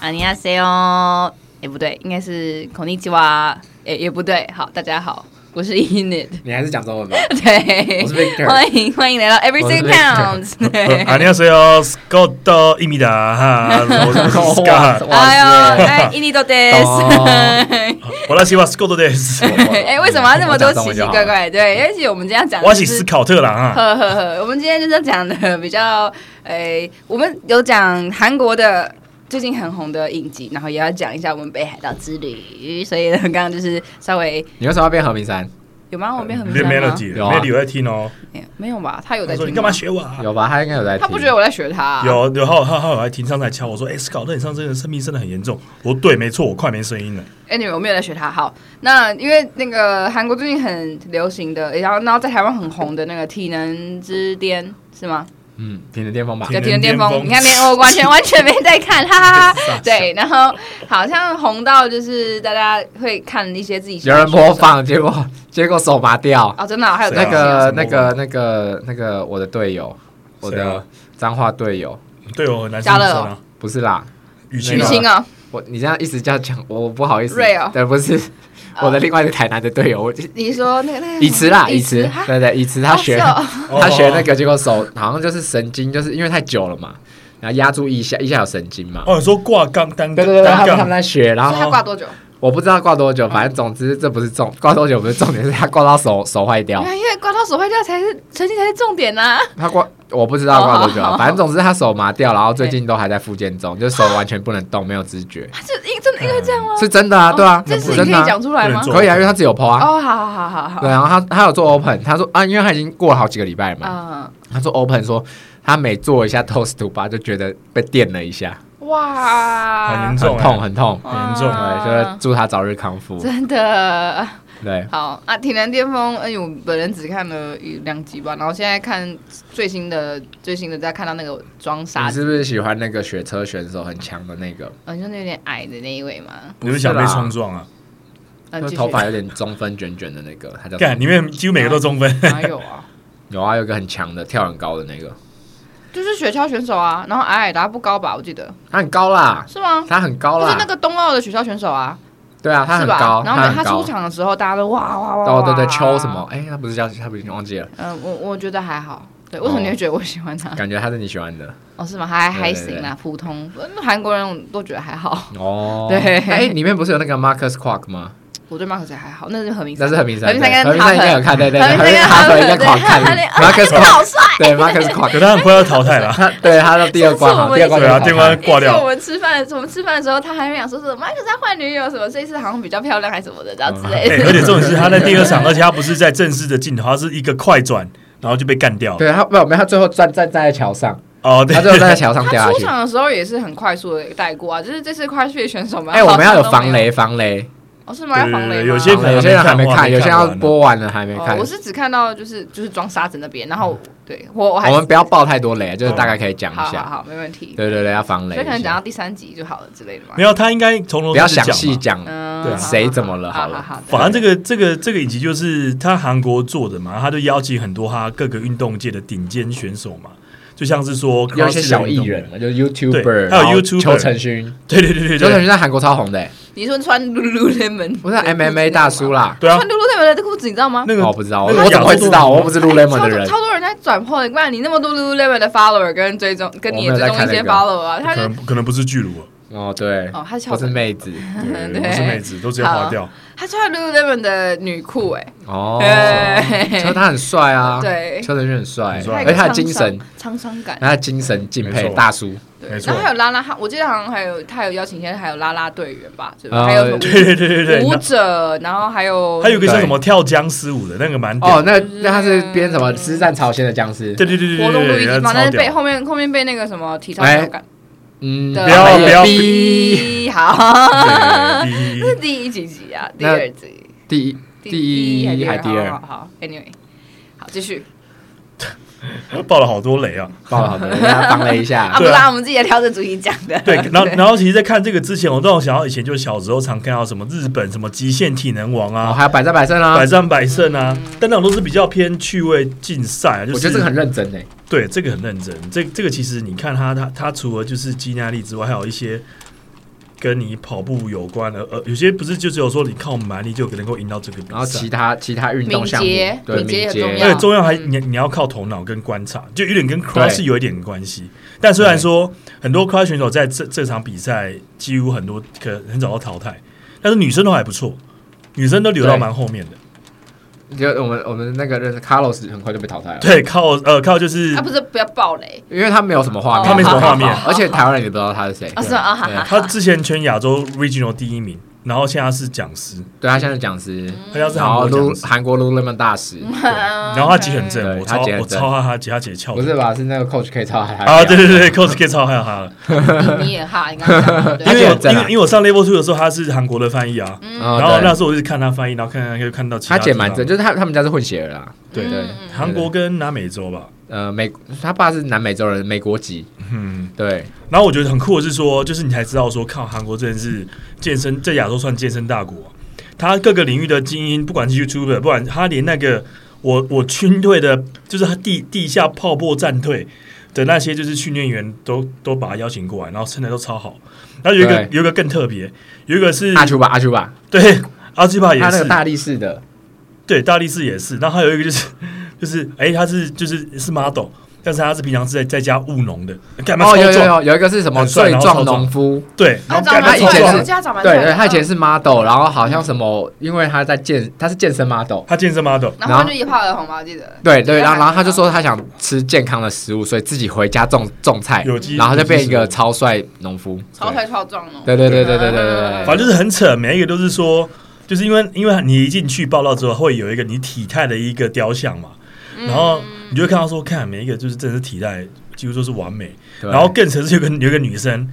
阿尼亚 C 哦，也不对，应该是孔尼基哇，也也不对。好，大家好，我是 Enid，你还是讲中文吧。 对我是 Victor 欢迎欢迎来到 Everything 我是 Counts，对。 안녕하세요 Scott 입니다哈，我是 Scott，哎哇呦，塞哎，伊尼多德斯懂，我是我 Scott です。哎，为什嗯么要那么多奇奇怪？怪？对，而且我们今天要讲的我就是斯考特啦哈。呵呵呵，我们今天就是要讲的 比较，诶、我们有讲韩国的最近很红的影集，然后也要讲一下我们北海道之旅，所以呢，刚刚就是稍微你为什么要变和平山？有吗？我们没有很你的明白吗 melody 有啊呃没理由在听哦。没有没有吧？他有他在说听吗你干嘛？学我啊？有吧？他应该有在听。他不觉得我在学他、啊？有有好好好，还停上来敲我说，哎，Scott，那你上次的生病真的很严重。我说对，没错，我快没声音了。 Anyway，我没有在学他。好，那因为那个韩国最近很流行的，然后然后在台湾很红的那个《体能之巅》是吗？嗯，挺着巅峰吧。对，对《体能能巅巅峰》，峰你看连我完全完全没在看，哈哈哈。 傻笑对，然后好像红到就是大家会看一些自己喜有欢的人选手模仿，结果结果手麻掉。哦，真的哦、还有这那对啊种东西个什么那个那个那个我的队友，我谁的啊脏话队友，对我很难加上了声啊。不是啦，雨雨欣啊，欣哦，我你这样一直这样讲，我不好意思。 Ray 哦对，不是哦我的另外一个台南的队友，我就你说那个那个以慈啦，以以慈慈哈，对对，以慈他学哦是哦 哦他学那个，结果手好像就是神经，就是因为太久了嘛，然后压住腋下，腋下有神经嘛。哦，你说挂杠单对对对，他单们他们杠，在学，然所以他后嗯挂多久？我不知道挂多久，反正总之这不是重挂多久不是重点，是他挂到手手坏掉 因。为因为挂到手坏掉才是成绩才是重点啊呐、他挂我不知道挂多久哦好好啊，反正总之他手麻掉，然后最近都还在复健中，就是手完全不能动，没有知觉，他就因真的因为这样吗？是真的啊，对啊，哦这事是情可真以的啊，讲出来吗不能？做可以啊，因为他自己有 PO 啊，哦，好好好好好，对，然后他他有做 open，他说啊，因为他已经过了好几个礼拜了嘛，嗯，他做 open 说他每做一下 toast to bar 就觉得被电了一下，很哇严，很重痛欸很痛，哇严重对，就是祝他早日康复，真的。 对，好啊，《体能巅峰》哎呦，我本人只看了一两集吧，然后现在看最新的最新的，再看到那个装傻你子，是不是喜欢那个雪车选手很强的那个，嗯，就是有点矮的那一位嘛，你是想被冲撞啊？嗯，就继是续头发有点中分卷卷的那个，他叫什干，么里面几乎每个都中分。哪有 啊？有啊，有一个很强的跳很高的那个，就是雪橇选手啊，然后矮矮的、啊、不高吧，我记得他很高啦。是吗？他很高就啦，是那个冬奥的雪橇选手啊，对啊，他是很吧？高，然后每很他高出。场的时候，大家都哇哇哇哇哦，对对，秋什么？？哎、他不是叫，他不是忘记了，嗯、我我觉得还好。对，为什么哦你会觉得我喜欢他？感觉他是你喜欢的哦，是吗？还对还对对行啦，普通。嗯韩国人我都觉得还好，哦对哎、里面不是有那个 Marcus Clark 吗？我对马可才还好，那是何明山那是何明山，何明山对跟何明山应该有看，对对对，何何明明山山跟他应该 Harper，狂看对他，Marcus 他好 Clark，帅。对 Marcus Clark，可他很快要淘汰了，他对他的第二 关上次我好，们第二关对啊，就电好看话挂因为哎我掉。们吃饭，我们吃饭的时候，他还没想说什么，马克在换女友什么，这一次好像比较漂亮还是什么的，然后之类 哎，的。而且重点是他在第二场，而且他不是在正式的镜头，他是一个快转，然后就被干掉了。对他没有没有，他最后站站站在桥上，哦，对他最后站在桥上 掉他下出去。场的时候也是很快速的带过啊，就是这次 CrossFit 选手们，哎、我们要好像有都防没有，雷，防雷，哦，是吗？要防雷吗对有些防可雷能有些人还没没看看，有些人要完啊播完了还没哦看。我是只看到就是就是装沙子那边，然后对我我还我们不要爆太多雷，就是大概可以讲好一好下。好，没问题。对对对，要防所雷以一可能讲下，到第三集就好了之类的嘛没。有，他应该从头不要开始详讲细嘛。讲。嗯，对啊好好谁怎么了好好了好好，反正这个这个这个影集就是他韩国做的嘛，他就邀请很多他各个运动界的顶尖选手嘛，就像是说有一些 CrossFit 的小艺运动人，嘛，就是 YouTuber，还有然后 YouTuber 邱成勋，对对对对邱成对，勋在韩国超红的欸，你说穿 Lululemon，不是啊 MMA 大叔啦。对啊穿，Lululemon 的裤子你知道吗？那哦，个不知道，我那个我怎么会知道？亚洲我的不是 Lululemon 的哎人超多超，多人在转货的，不然你那么多 Lululemon 的 follower 跟追踪，跟你也我追没有在踪一看些那个 follower 啊，他可就能可能不是巨乳啊，哦，对，哦，他是翘我是臀，妹子，对对不是妹子，都直接划掉。他穿 Lululemon 的女裤哎， 哦对，邱他很帅啊，哎对邱成勋很帅很，帅而且哎他的精神，哎沧桑感。他的精神敬没佩错大叔，对，没然错后还有拉拉，他我记得好像还有他有邀请一些还有拉拉队员吧，是吧？呃还有什对对对对对，么舞那者，然后还有还有一个叫什么跳僵尸舞的那个蛮屌哦，的，那那他是编什么嗯《师战朝鲜》的僵尸？对对对对活动录对音对，机嘛，但超是被屌。后面后面被那个什么体操哎手感嗯，的不要不要逼。逼好，对这对是第一集集啊，第那二集，第一第一还还哦第第好二 好好，anyway，好继续对爆了好多雷啊！爆了好多，大家帮了一 下啊，。不对啊然我们自己来挑着主题讲的，对，啊然后然后其实，在看这个之前，我都有想到以前就小时候常看到什么日本什么极限体能王哦，啊、还有百战百胜啊百！战百胜啊，但那种都是比较偏趣味竞赛啊。就是我觉得这个很认真欸诶，对，这个很认真。这这个其实你看他他他除了就是肌耐力之外，还有一些跟你跑步有关的，呃，有些不是就只有说你靠蛮力就能够赢到这个比然后其赛。他其他运动项目敏捷，对敏捷也敏很重要捷嗯而且重要还你你要靠头脑跟观察，就有点跟 cross 对有一点关系。但虽然说很多 cross 选手在这这场比赛几乎很多可很早就淘汰，但是女生都还不错，女生都留到对啊蛮后面的。就我们我们那个认识 Carlos 很快就被淘汰了，对，靠呃靠就 是啊，不是不要爆雷 因为他没有什么画面，他没什么画面 而且台湾人也不知道哦他是谁啊，，是吗啊，哈对哈，他之前全亚洲 regional 第一名，然后现在是讲师，对他现在是讲师，他要是然韩后国撸讲师，韩国 Lululemon 大 使，呃然后他姐很正，对我他超姐很我正超怕他姐，他姐翘不是吧？是那个 Coach 可以超他啊，对对对，coach 可以超害怕了，你你也哈，你刚刚讲的因他对姐为我很正因啊嗯为因为我上 level two 的时候他是韩国的翻译啊，然然后那时候我就看他翻译，然后看看就看到其哦他姐地方蛮正，就是他他们家是混血儿啊嗯啦，对对，韩国跟南美洲吧，呃美他爸是南美洲人，美国籍，嗯，对然后我觉得很酷的是说，就是你才知道说，靠，韩国真的是健身在亚洲算健身大国、啊他各个领域的精英，不管是 YouTuber，不管他连那个我我军队的，就是他地地下炮火战队的那些就是训练员都都把他邀请过来，然后身材都超好。然后有一个对有一个更特别，有一个是阿丘巴阿丘巴，对阿基巴也他那是个，大力士的，对大力士也是。然后还有一个就是就是哎、他是就是是 model，但是他是平常是在在家务农的，干嘛哦超有有壮？有有一个是什么很帅最然后壮超壮农夫，对，他然后长干他嘛蛮以帅前超是的，我壮？家长蛮帅对的，对，他以前嗯，是 model，然后好像什么，因为他在健，他是健身 model，他健身 model。然后他就一炮而红吧，我记得，对对，然后然后他就说。说他想吃健康的食物，所以自己回家种种菜有机，然后就变一有个机食超帅农夫。超帅超壮哦。对对对对对对对反对，正就是很扯，每一个都是说，就是因为因为你一进去报道之后，会有一个你体态的一个雕像嘛，然后你就会看到说，看每一个就是真的是体态几乎都是完美，对然后更扯是有个有一个女生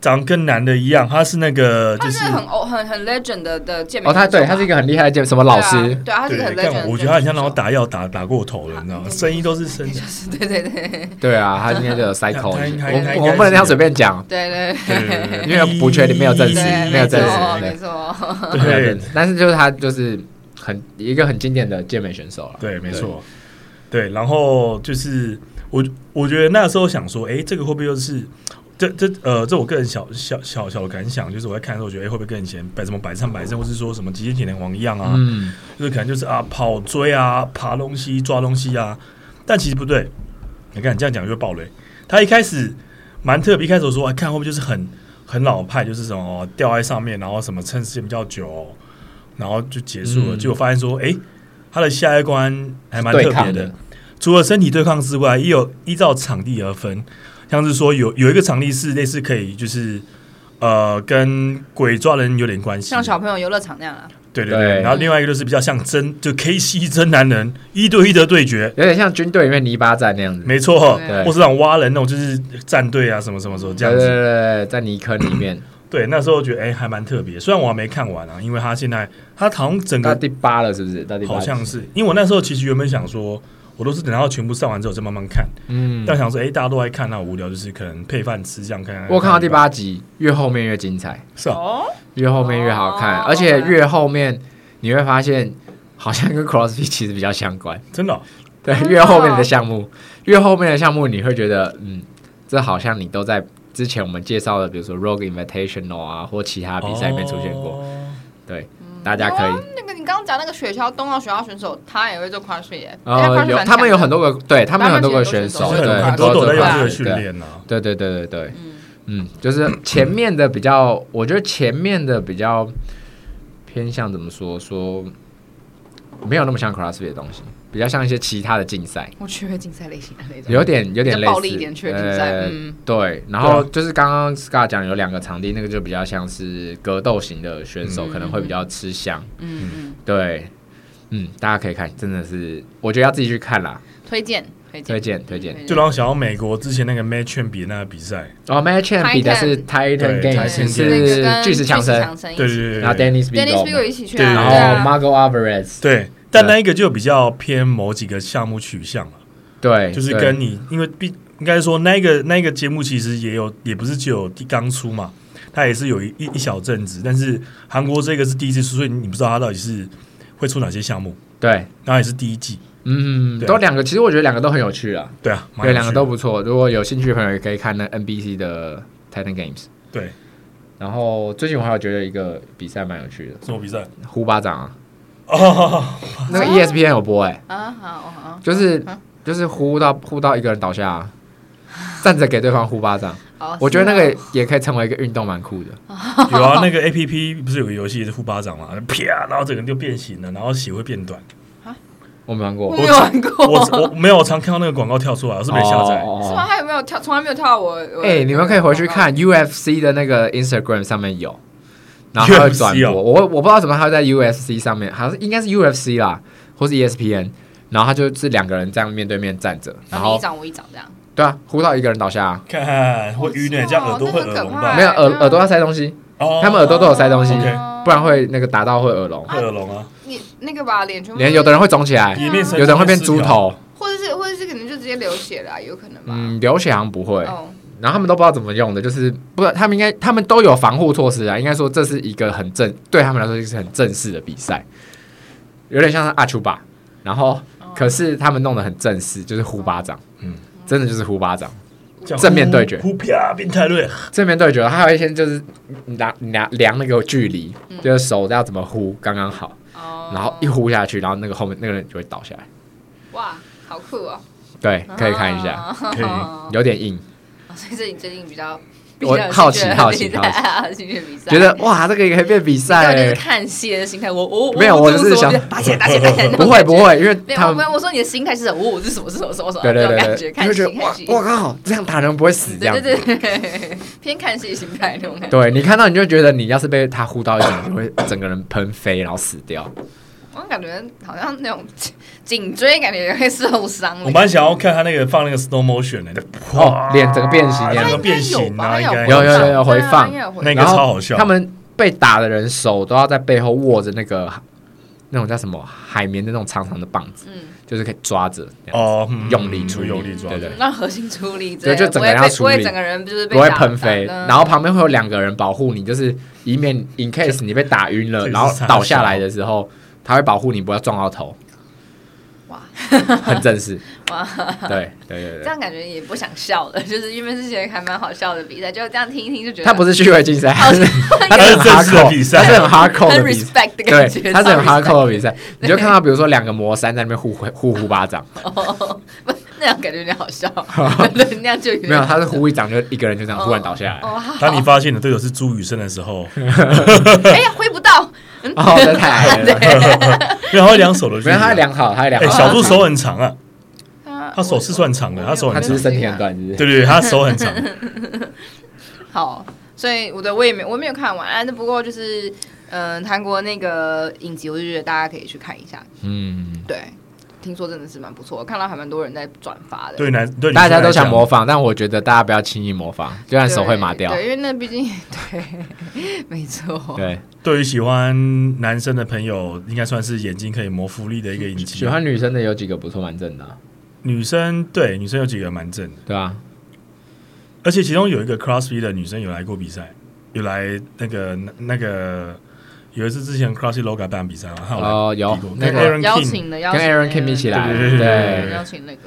长得跟男的一样，她是那个他就是是很欧很很 legend 的的健美哦，他选手对嘛他是一个很厉害的健什么老师，啊对啊，对啊他是一对个很，legend 的但健我觉得她很像美那种选手打药打打过头了，你知道吗？声音都是声， 对对对对对啊，他应该就有 cycle， 他应该我他应该们我们不能这样随便讲，对对对对 对因为补缺里面有证实对，没有证错实，没对错，没有证对实，但是就是他就是很一个很经典的健美选手了。对，没错，对，然后就是我我觉得那时候想说，哎，这个会不会又是这这呃，这我个人小小小小的感想，就是我在看的时候，我觉得哎，诶会不会跟以前百什么百战百胜，或是说什么极限铁人王一样啊？嗯，就是可能就是啊，跑追啊，爬东西，抓东西啊，但其实不对。你看你这样讲就爆雷。他一开始蛮特别，一开始我说啊，看会不会就是很很老派，就是什么哦吊在上面，然后什么撑时间比较久，然后就结束了。嗯结果发现说，哎、他的下一关还蛮特对别抗的的，，除了身体对抗之外，也有依照场地而分，像是说有有一个场地是类似可以就是呃跟鬼抓人有点关系，像小朋友游乐场那样啊，对对对，对然后另外一个就是比较像真，就 KC 真男人一对一的对决，有点像军队里面泥巴战那样子。没错对，或是那种挖人那种，就是战队啊什么什么什么这对样对对子。对，对在泥坑里 面，对，那时候觉得哎、还蛮特别，虽然我还没看完啊，因为他现在他好像整到个第八了是不是？到第八好像是，因为我那时候其实原本想说，我都是等到全部上完之后再慢慢看，嗯，但想说哎、大家都爱看，那我无聊就是可能配饭吃这样看看。我看到第看八集，越后面越精彩。是啊，哦，越后面越好看，哦而且越后面你会发现，好像跟 CrossFit 其实比较相关。真的哦、对，哦越后面的项目，越后面的项目你会觉得，嗯，这好像你都在之前我们介绍的，比如说 Rogue Invitational 啊，或其他比赛里面出现过。哦对，大家可以哦。那个你刚刚讲那个雪橇东奥雪橇选手，他也会做 crossfit，耶因为呃， crossfit 有蛮他们有强很的多个，对他们有很多个他选手，们所以有对，很多都在用这个对训练啊呢、对对对对对，嗯嗯，就是前面的比较，我觉得前面的比较偏向怎么说说，没有那么像 CrossFit 的东西，比较像一些其他的竞赛，我趣味竞赛类型的那种，嗯有点有点比类较似暴力一点趣味竞赛呃嗯对，然对啊后就是刚刚 Scar 讲有两个场地，那个就比较像是格斗型的选手，嗯可能会比较吃香。嗯嗯，对，嗯，大家可以看，真的是我觉得要自己去看啦，推荐推推荐荐推荐。就让我想到美国之前那个 Match 比那个比赛，哦 m a t c h a n 比的是 Titan 对 Titan Games，那个是跟巨石强森，森对对对对，然后 Dennis b i d e g n o i e Bigo 一起去啊，对然对后啊 Margo Alvarez，对，但对那一个就比较偏某几个项目取向了，对，就是对跟你，因为毕应该说那一个那一个节目其实也有，也不是只有刚出嘛，它也是有一一一小阵子，但是韩国这个是第一次出，所以你不知道它到底是会出哪些项目，对，然后也是第一季，嗯，对啊都两个，其实我觉得两个都很有趣啊，对啊，蛮对，有趣的两个都不错。如果有兴趣的朋友也可以看那 NBC 的 Titan Games，对，然后最近我还有觉得一个比赛蛮有趣的，什么比赛？ 呼巴掌啊，哦，那个 ESPN 有播哎、啊，好好好，嗯就是就是呼到呼到一个人倒下、啊，站着给对方呼巴掌，好我觉得那个也可以成为一个运动，蛮酷的。有啊，那个 A P P 不是有个游戏是呼巴掌嘛，啪，然后整个人就变形了，然后血会变 短。我没玩过我，没有玩过，我我没有，我常看到那个广告跳出来，我是没下载。哦哦哦是吗？他有没有跳？从来没有跳到我。我哎、你们可以回去看 UFC 的那个 Instagram 上面 有，然后它会转 UFC 播。哦我我不知道怎么它会在 UFC 上面，好像应该是 UFC 啦，或是 E ESPN。然后他就是两个人这样面对面站着，然然后你后一掌我一掌这样。对啊，呼到一个人倒下、啊，看会晕欸的，这样耳朵会耳聋吧哎？没有耳那耳朵要塞东西，哦他们耳朵都有塞东西， OK 不然会那个打到会耳聋，会耳聋啊，哦你那个吧，脸全部连有的人会肿起来，也变成有的人会变猪，头，或者是或者是可能就直接流血啦，有可能吧。嗯，流血好像不会。哦，然后他们都不知道怎么用的，就是不知道，他们应该他们都有防护措施啊，应该说这是一个很正对他们来说就是很正式的比赛，有点像是阿丘巴，然后可是他们弄得很正式，就是呼巴掌，嗯嗯，真的就是呼巴掌，这样正面对决呼啪变态对，正面对决，还有一些就是拿拿量那个距离，就是手要怎么呼刚刚好，哦，然后一呼下去，然后那个后面那个人就会倒下来，哇，好酷哦！对，可以看一下，哦可以有点硬，所以这你最近比较我好奇好奇好奇好奇去比赛，觉得哇，这个也可以变比 你根赛本就是欸，看戏的心态。我我没有我我只是想我打起来打起来打起来，那种不会感觉不。会，因为没有，他我们没有，我说你的心态是什么？我我是什么是什么什么什么？对对这种对感觉对，看就戏觉得看哇戏，哇靠，这样打人不会死这样对子。对对对， 偏看戏心态那种感觉。对你看到你就觉得你要是被他呼到一掌，你会整个人喷飞，然后死掉。我感觉好像那种颈椎感觉也会受伤。我蛮想要看他那个放那个 slow motion 的，哦哇，脸整个变形啊整个应该变有形吧啊，应该有有有有回放对啊应该有回那放个然后超好笑他们被打的人手都要在背后握着那个那种叫什么海绵的那种长长的棒子，嗯，就是可以抓着这样，哦，嗯用力出力用力抓，对对让核心出力之对类的，就整个人不会要被出不会力整个人就是被不会打嗯喷飞。打然后旁边会有两个人保护你，就是以免 in case 你被打晕了，这个是然后傻笑倒下来的时候，他会保护你不要撞到头。哇，很正式。哇，对对对这对，样感觉也不想笑了， 就是因为之前还蛮好笑的比赛，就这样听一听就觉得他不是趣味竞赛，他啊哦 是 他它是是很正式的 hardcore 比赛他是很 hardcore 很的比赛。 respect 的 感觉，对，他是很超 hardcore 的比赛，你就看到比如说两个魔山在那边互挥互呼巴掌，哦，不 那样感觉有点好 笑，对，那样就有点没有，他是呼一掌就一个人就这样忽然倒下来，哦，好当你发现你的队友是朱雨生的 时候，哎呀挥不到，嗯哦，这太矮了，因为他会两手的距没离有，啊，他量好，他量哎，好，小猪手很长啊，他他手是算长的，他手他很只长是，身体很短，是不是？对对对，他手很 长，好，所以我的我也没我没有看完，啊，那不过就是嗯，韩国那个影集，我就觉得大家可以去看一下，嗯，对，听说真的是蛮不错，看到还蛮多人在转发的，对男对女生大家都想来讲模仿，但我觉得大家不要轻易模仿，就算手会麻掉对，。因为那毕竟对，没错，对，对于喜欢男生的朋友，应该算是眼睛可以磨浮力的一个影集。喜欢女生的有几个不错，蛮正的啊，女生，对女生有几个蛮正的，对啊，而且其中有一个 CrossFit 的女生有来过比赛，有来那个那那个有一次之前 CrossFit Loga 办比赛嘛，她有来哦，有比过那跟个 Aaron 邀 King，请的邀跟请 Aaron 那 Kim 一起来，对对对对对，对，邀请那个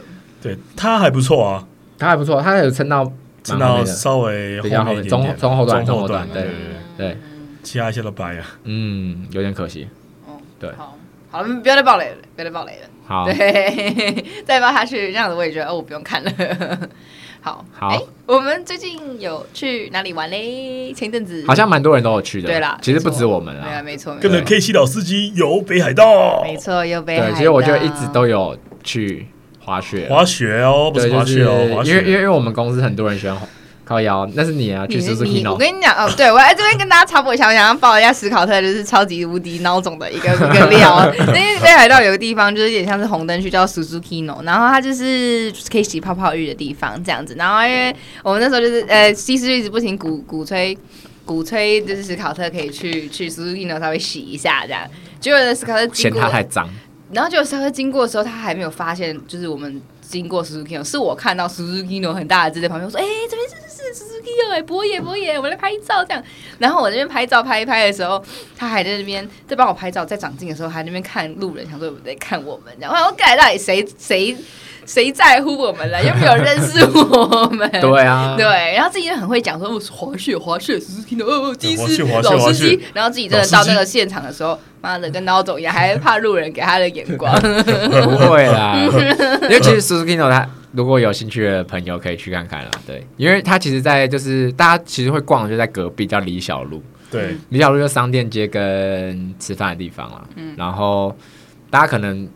对她还不错啊，他还不错，他有撑到撑蛮后到面的稍微后比较后面面一点中点中后段中中后段，段对对对，其他一些都掰啊。嗯，有点可惜。哦，对好，好了，不要再暴雷了，不要再暴雷了，好，对，再爆下去，这样子我也觉得哦，我不用看了。好，好哎我们最近有去哪里玩嘞？前阵子好像蛮多人都有去的。嗯对啦，其实不没错止我们对啦啊，。没错，没跟着错， K 七老司机游北海道，没错，又被对，其实我就一直都有去滑雪。滑雪哦，不对，是就滑是雪哦，滑因为因为因雪。为我们公司很多人喜欢滑靠腰，那是你啊，去你是 Suzuki 你，嗯我 no。跟你讲哦，对我来这边跟大家插播一下，我想要爆一下史考特，就是超级无敌孬种的一个一个料 啊。因为北海道有个地方，就是有点像是红灯区，叫 Suzuki no，然后它就是就是可以洗泡泡浴的地方这样子。然后因为我们那时候就是呃，西施就一直不停鼓鼓吹鼓吹，就是史考特可以去去 Suzuki no 稍微洗一下这样。结果呢，史考特经嫌过它太脏，然后就稍微经过的时候，他还没有哦发现，就是我们经过 Suzuki，是我看到 Suzuki 很大的字在旁边，我说：“哎、这边是是是 Suzuki 哎，博野博野，我来拍照这样。然后我那边拍照拍一拍的时候，他还在那边在帮我拍照，在长镜的时候还在那边看路人，想说有没有在看我们这样。我想我改到底谁谁谁在乎我们了？又没有认识我们。对啊，嗯 对，然后自己就很会讲说，我是滑雪滑雪，司机的哦，技滑雪师滑雪老滑司机雪。然后自己真的老到司那机个现场的时候，妈的，跟孬总一样，还怕路人给他的眼光。不 会啦，因为其实 Suzuki 它如果有兴趣的朋友可以去看看啦。对，因为它其实，在就是大家其实会逛的就在隔壁，叫李小璐。对，李小璐就是商店街跟吃饭的地方啦。嗯，然后大家可能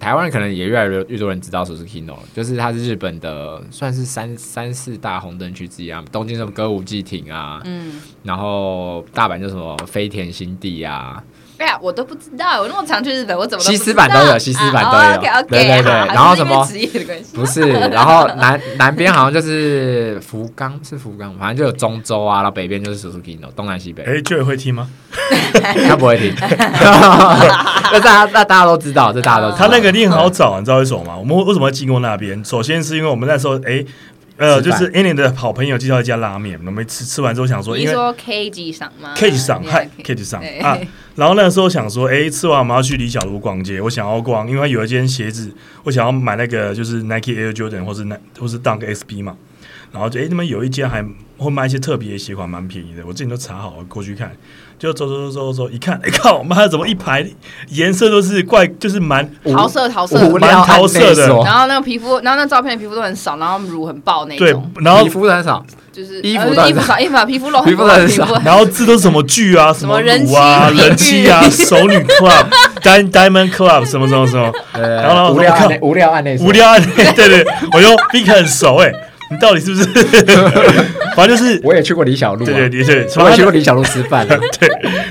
台湾人可能也越来越越多人知道 Suzuki 了，就是它是日本的算是三三四大红灯区之一啊，东京什么歌舞伎町啊，嗯，然后大阪就什么飞田新地啊，哎呀，我都不知道，我那么常去日本，我怎么西斯版都有西斯版都有 OK OK，对对对然后什么职业的关系，不是，然后南 南边好像就是福冈，是福冈，反正就有中州啊，然后北边就是 Suzuki 东南西北，哎，Joy 会听吗？他不会 听，那大家那大家都知道，这大家都知道。他那个练好早，你知道为什么吗？我们为什么会经过那边？首先是因为我们那时候，哎，呃，吃就饭是 Annie 的好朋友介绍一家拉面，我们吃吃完之后想说，你因为说 K G 上吗 K 上，嗨对，K 上对啊。然后那时候想说，哎，吃完我们要去李小璐逛街，我想要逛，因为有一间鞋子，我想要买那个就是 Nike Air Jordan 或是那或是 Dunk SB 嘛。然后就哎，那边有一间还会卖一些特别的鞋款，蛮便宜的。我之前都查好了，过去看，就走走走走走，一看，哎靠，妈怎么一排颜色都是怪，就是蛮桃色桃色，无聊蛮桃色的按内锁然后那个皮肤，然后那照片的皮肤都很少，然后乳很爆那对种，，然后皮肤都很少，就是衣服呃都很衣服少少，衣服少，皮肤露皮很肤多都很皮肤少很然后这都是什么剧啊，什么人舞啊，妻人气啊，领域熟女 club、Diamond Diamond club 什么什么什么，然呃，后无聊我按看内无聊按内锁 无，聊啊，对对，我用 b i k 很熟哎、你到底 是不是？反正就是我也去过李小璐、啊，对对对对，我所也以去过李小璐吃饭、 啊，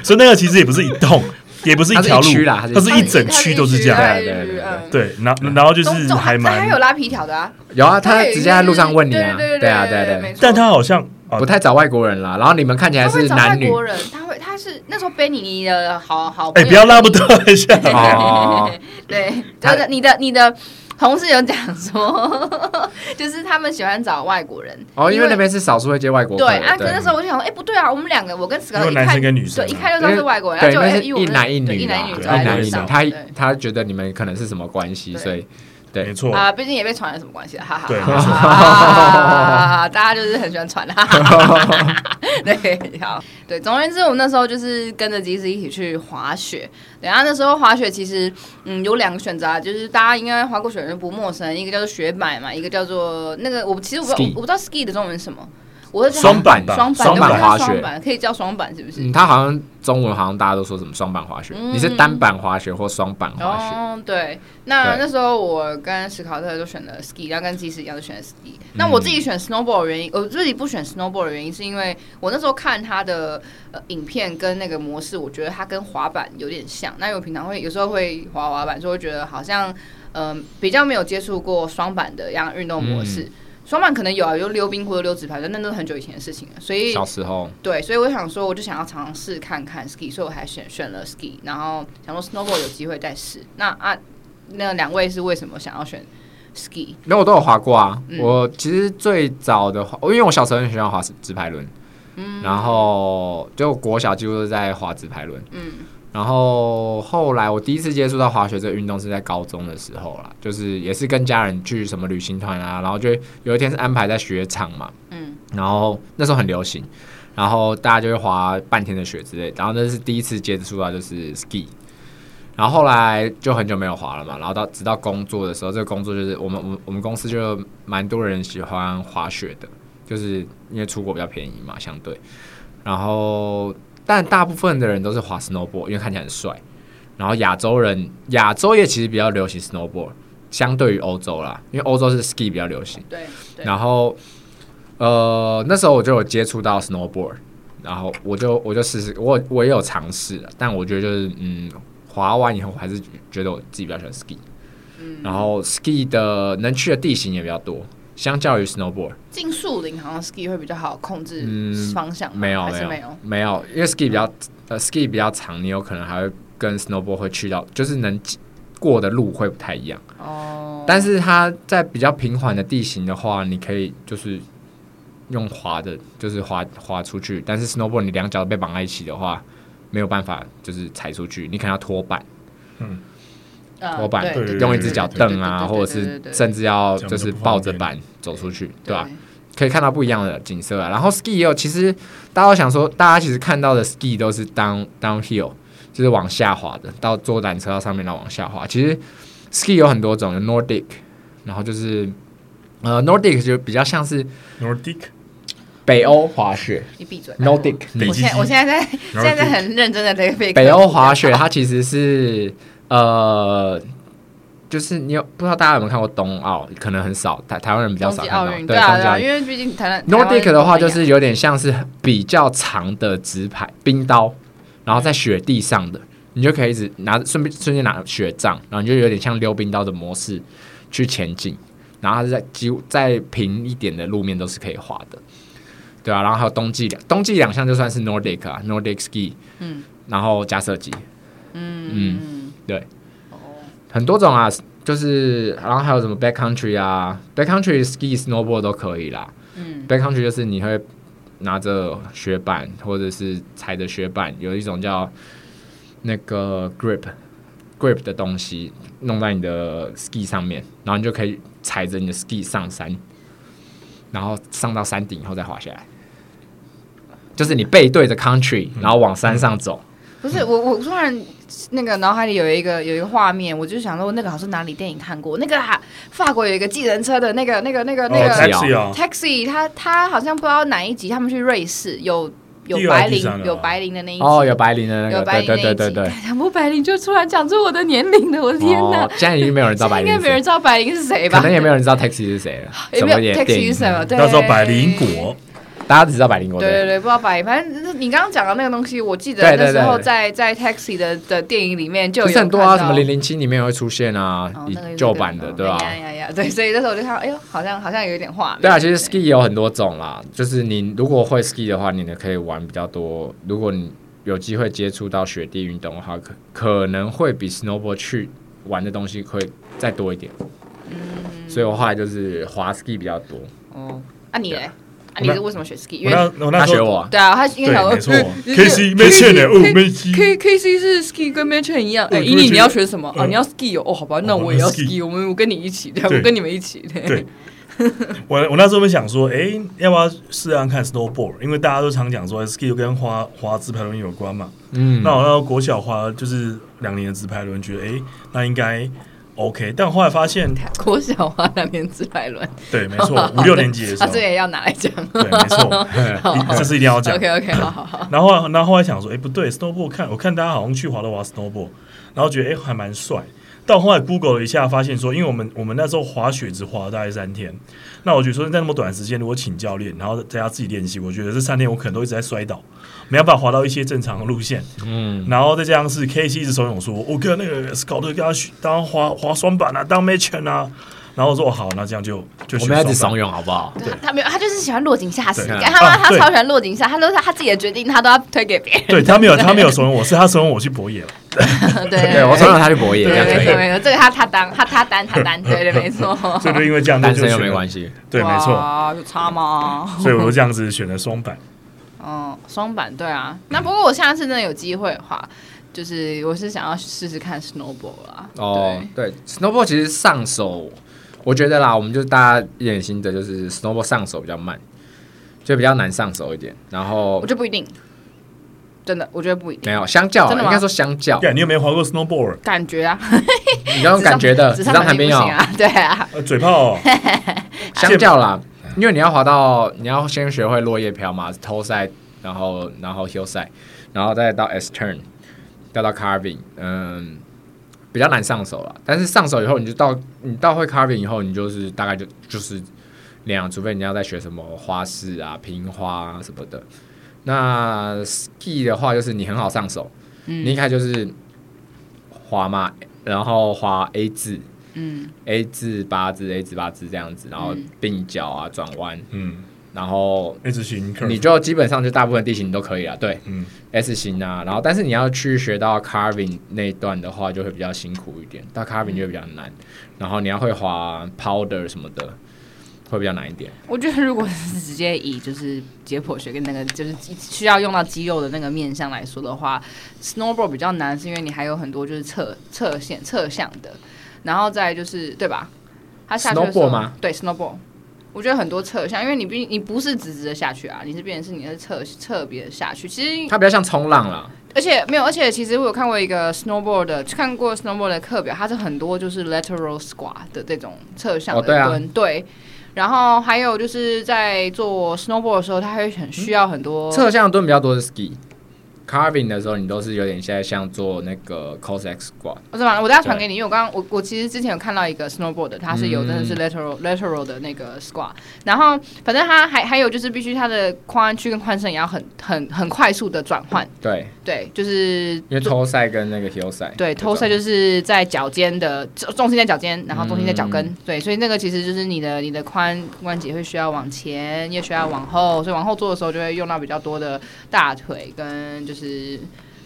所以那个其实也不是一栋，也不是一条它是路一区啦它它是是一整区都是这它样。是一区对对对嗯对，然后然后就中是中还它还有蛮，拉皮条的啊，有啊，他直接在路上问你啊，对对啊，对对，对，没错但他好像啊不，太找外国人啦。然后你们看起来他会是找男外女国人，他会他是那时候 Benny 你的好好朋哎，友，不 要拉不到一下， 哦，对，就是你的你的同事有讲说， 就是他们喜欢找外国人哦，因为那边是少数会接外国客对的，啊，可是那时候我就想说，哎，不对啊，我们两个我跟史高因为一男看生跟女生啊对，一嘛看就知道是外国人，啊对，然后就那哎是因为我一们男一对女一啦，男一女对走在一男路一女上，，他对他觉得你们可能是什么关系，对所以对没错，啊，毕竟也被传了什么关系啊，哈哈。对哈没错啊大家就是很喜欢传，哈哈哈哈。对，好，对，总而言之，我们那时候就是跟着吉斯一起去滑雪。对，然后那时候滑雪其实，嗯，有两个选择啊，就是大家应该滑过雪的人不陌生，一个叫做雪板嘛，一个叫做那个我其实我不知道 Ski 我不知道 ski 的中文是什么，我是双板吧双板双板对我滑叫雪双板可以叫双板是不是？嗯，他好像中文好像大家都说什么双板滑雪，嗯你是单板滑雪或双板滑雪，哦，对，那对那时候我跟史考特都选了 ski，然后跟技师一样都选了 ski。那我自己选 snowboard 的原因，我自己不选 snowboard 的原因是因为我那时候看他的呃影片跟那个模式，我觉得它跟滑板有点像。那因为我平常会有时候会滑滑板，所以我觉得好像嗯、呃比较没有接触过双板的一样运动模式。双板可能有啊，有溜冰或者溜直排，但那都是很久以前的事情了，所以小时候对，所以我想说，我就想要尝试看看 ski，所以我还选选了 ski，然后想说 snowboard 有机会再试。那啊，那两位是为什么想要选 ski？没有我都有滑过啊。嗯我其实最早的滑，因为我小时候很喜欢滑直排轮，嗯然后就国小几乎都在滑直排轮，嗯然后后来我第一次接触到滑雪这个运动是在高中的时候啦，就是也是跟家人去什么旅行团啊，然后就有一天是安排在雪场嘛，嗯，然后那时候很流行，然后大家就会滑半天的雪之类，然后那是第一次接触到就是 ski，然后后来就很久没有滑了嘛，然后到直到工作的时候，这个工作就是我们我们我们公司就蛮多人喜欢滑雪的，就是因为出国比较便宜嘛，相对，然后但大部分的人都是滑 snowboard，因为看起来很帅，然后亚洲人亚洲也其实比较流行 snowboard，相对于欧洲啦，因为欧洲是 ski 比较流行。对对，然后呃那时候我就有接触到 snowboard，然后我就我就试试，我我也有尝试了，但我觉得就是嗯，滑完以后我还是觉得我自己比较喜欢 ski，、然嗯后 ski 的能去的地形也比较多，相较于 snowboard 进树林好像 ski 会比较好控制嗯方向吗，没有还没是有没有。嗯没有，因为 ski 比较呃 ski 比较长，你有可能还会跟 snowboard 会去到，就是能过的路会不太一样。哦，但是它在比较平缓的地形的话，你可以就是用滑的，就是滑滑出去。但是 snowboard 你两脚被绑在一起的话，没有办法就是踩出去，你可能要拖板，呃拖板对用一只脚蹬啊，对对对对对或者对对是对甚至要这样就就是不方抱着便板走出去，对啊吧、对可以看到不一样的景色啊。然后 ski 也有，其实大家都想说，大家其实看到的 ski 都是 down downhill，就是往下滑的，到坐缆车到上面然后往下滑。其实 ski 有很多种，有 Nordic，然后就是呃 Nordic 就比较像是 Nordic 北欧滑雪你闭嘴。 ，Nordic 北我极现在我星现在在现在在很认真的在被北欧滑雪，它其实是呃。就是你有不知道大家有没有看过冬奥，可能很少，台台湾人比较冬少季看到。奥运，对，啊冬对季奥啊，运因为毕竟台湾 Nordic 的话，就台湾是有点像是比较长的直排冰刀，然后在雪地上的，你就可以一直拿顺便顺便拿雪杖，然后你就有点像溜冰刀的模式去前进，然后它是在几乎在平一点的路面都是可以滑的，对啊，然后还有冬季两冬季两项就算是 Nordic 啊，Nordic ski，嗯，然后加射击，嗯嗯很多种啊，就是然后还有什么 backcountry 啊，backcountry ski snowboard 都可以啦，嗯 backcountry 就是你会拿着雪板或者是踩着雪板，有一种叫那个 grip grip 的东西弄在你的 ski 上面，然后你就可以踩着你的 ski 上山，然后上到山顶以后再滑下来。就是你背对着 country，然后往山上走，不嗯是我，我突然那个脑海里有一个有一个画面，我就想说那个好像哪里电影看过，那个、啊、法国有一个计程车的那个那个那个哦那个、 Taxi ，Taxi 啊， taxi，他他好像不知道哪一集他们去瑞士有有第二白第领三了有吧白领的那一集哦，有白领的那嗯有个，白对领那对一集，对 对对，讲不白领就突然讲出我的年龄了，我的 天哪！哦，现在已经没有人知现在道白应领该是没人 谁，知道白领是谁吧？可能也没有人知道 taxi 是谁了， 也什没有么演电 taxi 影是，什么？对，到时候百灵果，大家只知道百灵果对对对对，不知道白，反正你刚刚讲的那个东西，我记得对对那时候对在在 Taxi 的的电影里面就有就是很多看啊，什到么零零七里面也会出现啊哦，以那个哦旧版的，对吧？呀呀呀，对，所以那时候我就看到，哎呦，好像好像有一点画面。对啊，其实 ski 也有很多种啦，就是你如果会 ski 的话，你呢可以玩比较多。如果你有机会接触到雪地运动的话，可可能会比 snowboard 去玩的东西会再多一点。嗯所以我后来就是滑 ski 比较多。哦，那你嘞？啊，我你那是为什么选 ski？因我为那我那他时学候我啊，对啊，他应对，该想说 没错嗯，K C 没欠的，哦，没 C， K K C 是 ski 跟 Match 一样，对哎，我伊就利觉你得要学什么啊？嗯你要 ski 哦，哦，好吧，那哦我也要我们 ski，我们我跟你一起，这样对我跟你们一起，对我我那时候们想说，哎、要不要试看看 snowboard？因为大家都常讲说 ski 跟滑滑直排轮有关嘛。嗯那，我那时候国小滑就是两年的直排轮，觉得哎、诶那应该 OK。但后来发现， 国小花两年自拍轮，对，没错，五六年级的 时啊，候，这个也要拿来讲。对，没错， 一这是一定要讲。 OK OK，好好好，然后，然后后来想说，哎、不对，snowboard 看，我看大家好像去滑都滑 snowboard，然后觉得哎、诶还蛮帅。到后来 Google 了一下，发现说，因为我们我们那时候滑雪只滑了大概三天，那我觉得说在那么短的时间，如果请教练，然后在家自己练习，我觉得这三天我可能都一直在摔倒，没办法滑到一些正常的路线。嗯，然后再加上是 K C 一直怂恿说，我跟那个 Scott 跟他学当滑滑双板啊，当 match 啊。然后我说哦好，那这样就就我学们要一直双怂板恿好不好？对他没有，他就是喜欢落井下石。对你看他妈啊他对超喜欢落井下，他都是他自己的决定，他都要推给别人。对他没有他没有怂恿我，是他怂恿我去博野了。对对对，我怂恿他去博野，对这样对可没以错，没错，这个他他当他他担他担，对对没错。所以就因为这 样，单身又没系。关系。对，没错。哇，有差吗？所以我就这样子选了双板。嗯，双板对啊。那不过我下次真的有机会的话，就是我是想要试试看 snowboard 啦。哦，对，snowboard 其实上手，我觉得啦，我们就是大家一点心得，就是 snowboard 上手比较慢，就比较难上手一点。然对，后我觉得不一定，真的，我觉得不一定，没有相较啊，真的吗应该说相较，对，你有没有滑过 snowboard？感觉啊，你刚刚感觉的，纸纸上上谈谈兵兵不哦行，啊，对啊，呃，嘴 炮哦，相较啦，因为你要滑到，你要先学会落叶飘嘛，头赛，然后然后 hill 赛，然后再到 S turn，再到 carving，嗯。比较难上手了，但是上手以后，你就到你到会 carving 以后，你就是大概就就是那样，除非你要再学什么花式啊、平花啊什么的。那 ski 的话，就是你很好上手，你一开始就是滑嘛，然后滑 A 字，嗯 A 字八字 A 字八字这样子，然后嗯并角啊转弯，嗯，然后一直行你 curve，就基本上就大部分地形你都可以了，对嗯， S 型啊，然后但是你要去学到 carving 那一段的话，就会比嗯较辛苦一点，到 carving 就会比较难，然后你要会滑 powder 什么的，会比较难一点。我觉得如果是直接以就是解剖学跟那个就是需要用到肌肉的那个面向来说的话，snowboard 比较难，是因为你还有很多就是侧侧线侧向的，然后再来就是对吧？它下去的时 Snowboard 候吗？对，snowboard。我觉得很多侧向，因为你毕你不是直直的下去啊，你是变成是你是侧侧别的下去。其实它比较像冲浪啦，而且没有，而且其实我有看过一个 snowboard 的，看过 snowboard 的课表，它是很多就是 lateral squat 的这种侧向哦对的啊蹲，对。然后还有就是在做 snowboard 的时候，它会很需要很多，侧向蹲比较多是 ski。carving 的时候，你都是有点现在像做那个 cos x squat，我怎哦么我等下传对给你，因为我刚刚我我其实之前有看到一个 snowboard 的，它是有嗯真的是 lateral、lateral 的那个 squat，然后反正它还还有就是必须它的髋弯曲跟髋伸也要很很很快速的转换，对，对，就是因为偷赛跟哎那个 hill 赛，对，偷塞就是在脚尖的重重心在脚尖，然后重心在脚跟。嗯对，所以那个其实就是你的你的髋关节会需要往前，也需要往后，所以往后做的时候就会用到比较多的大腿跟就是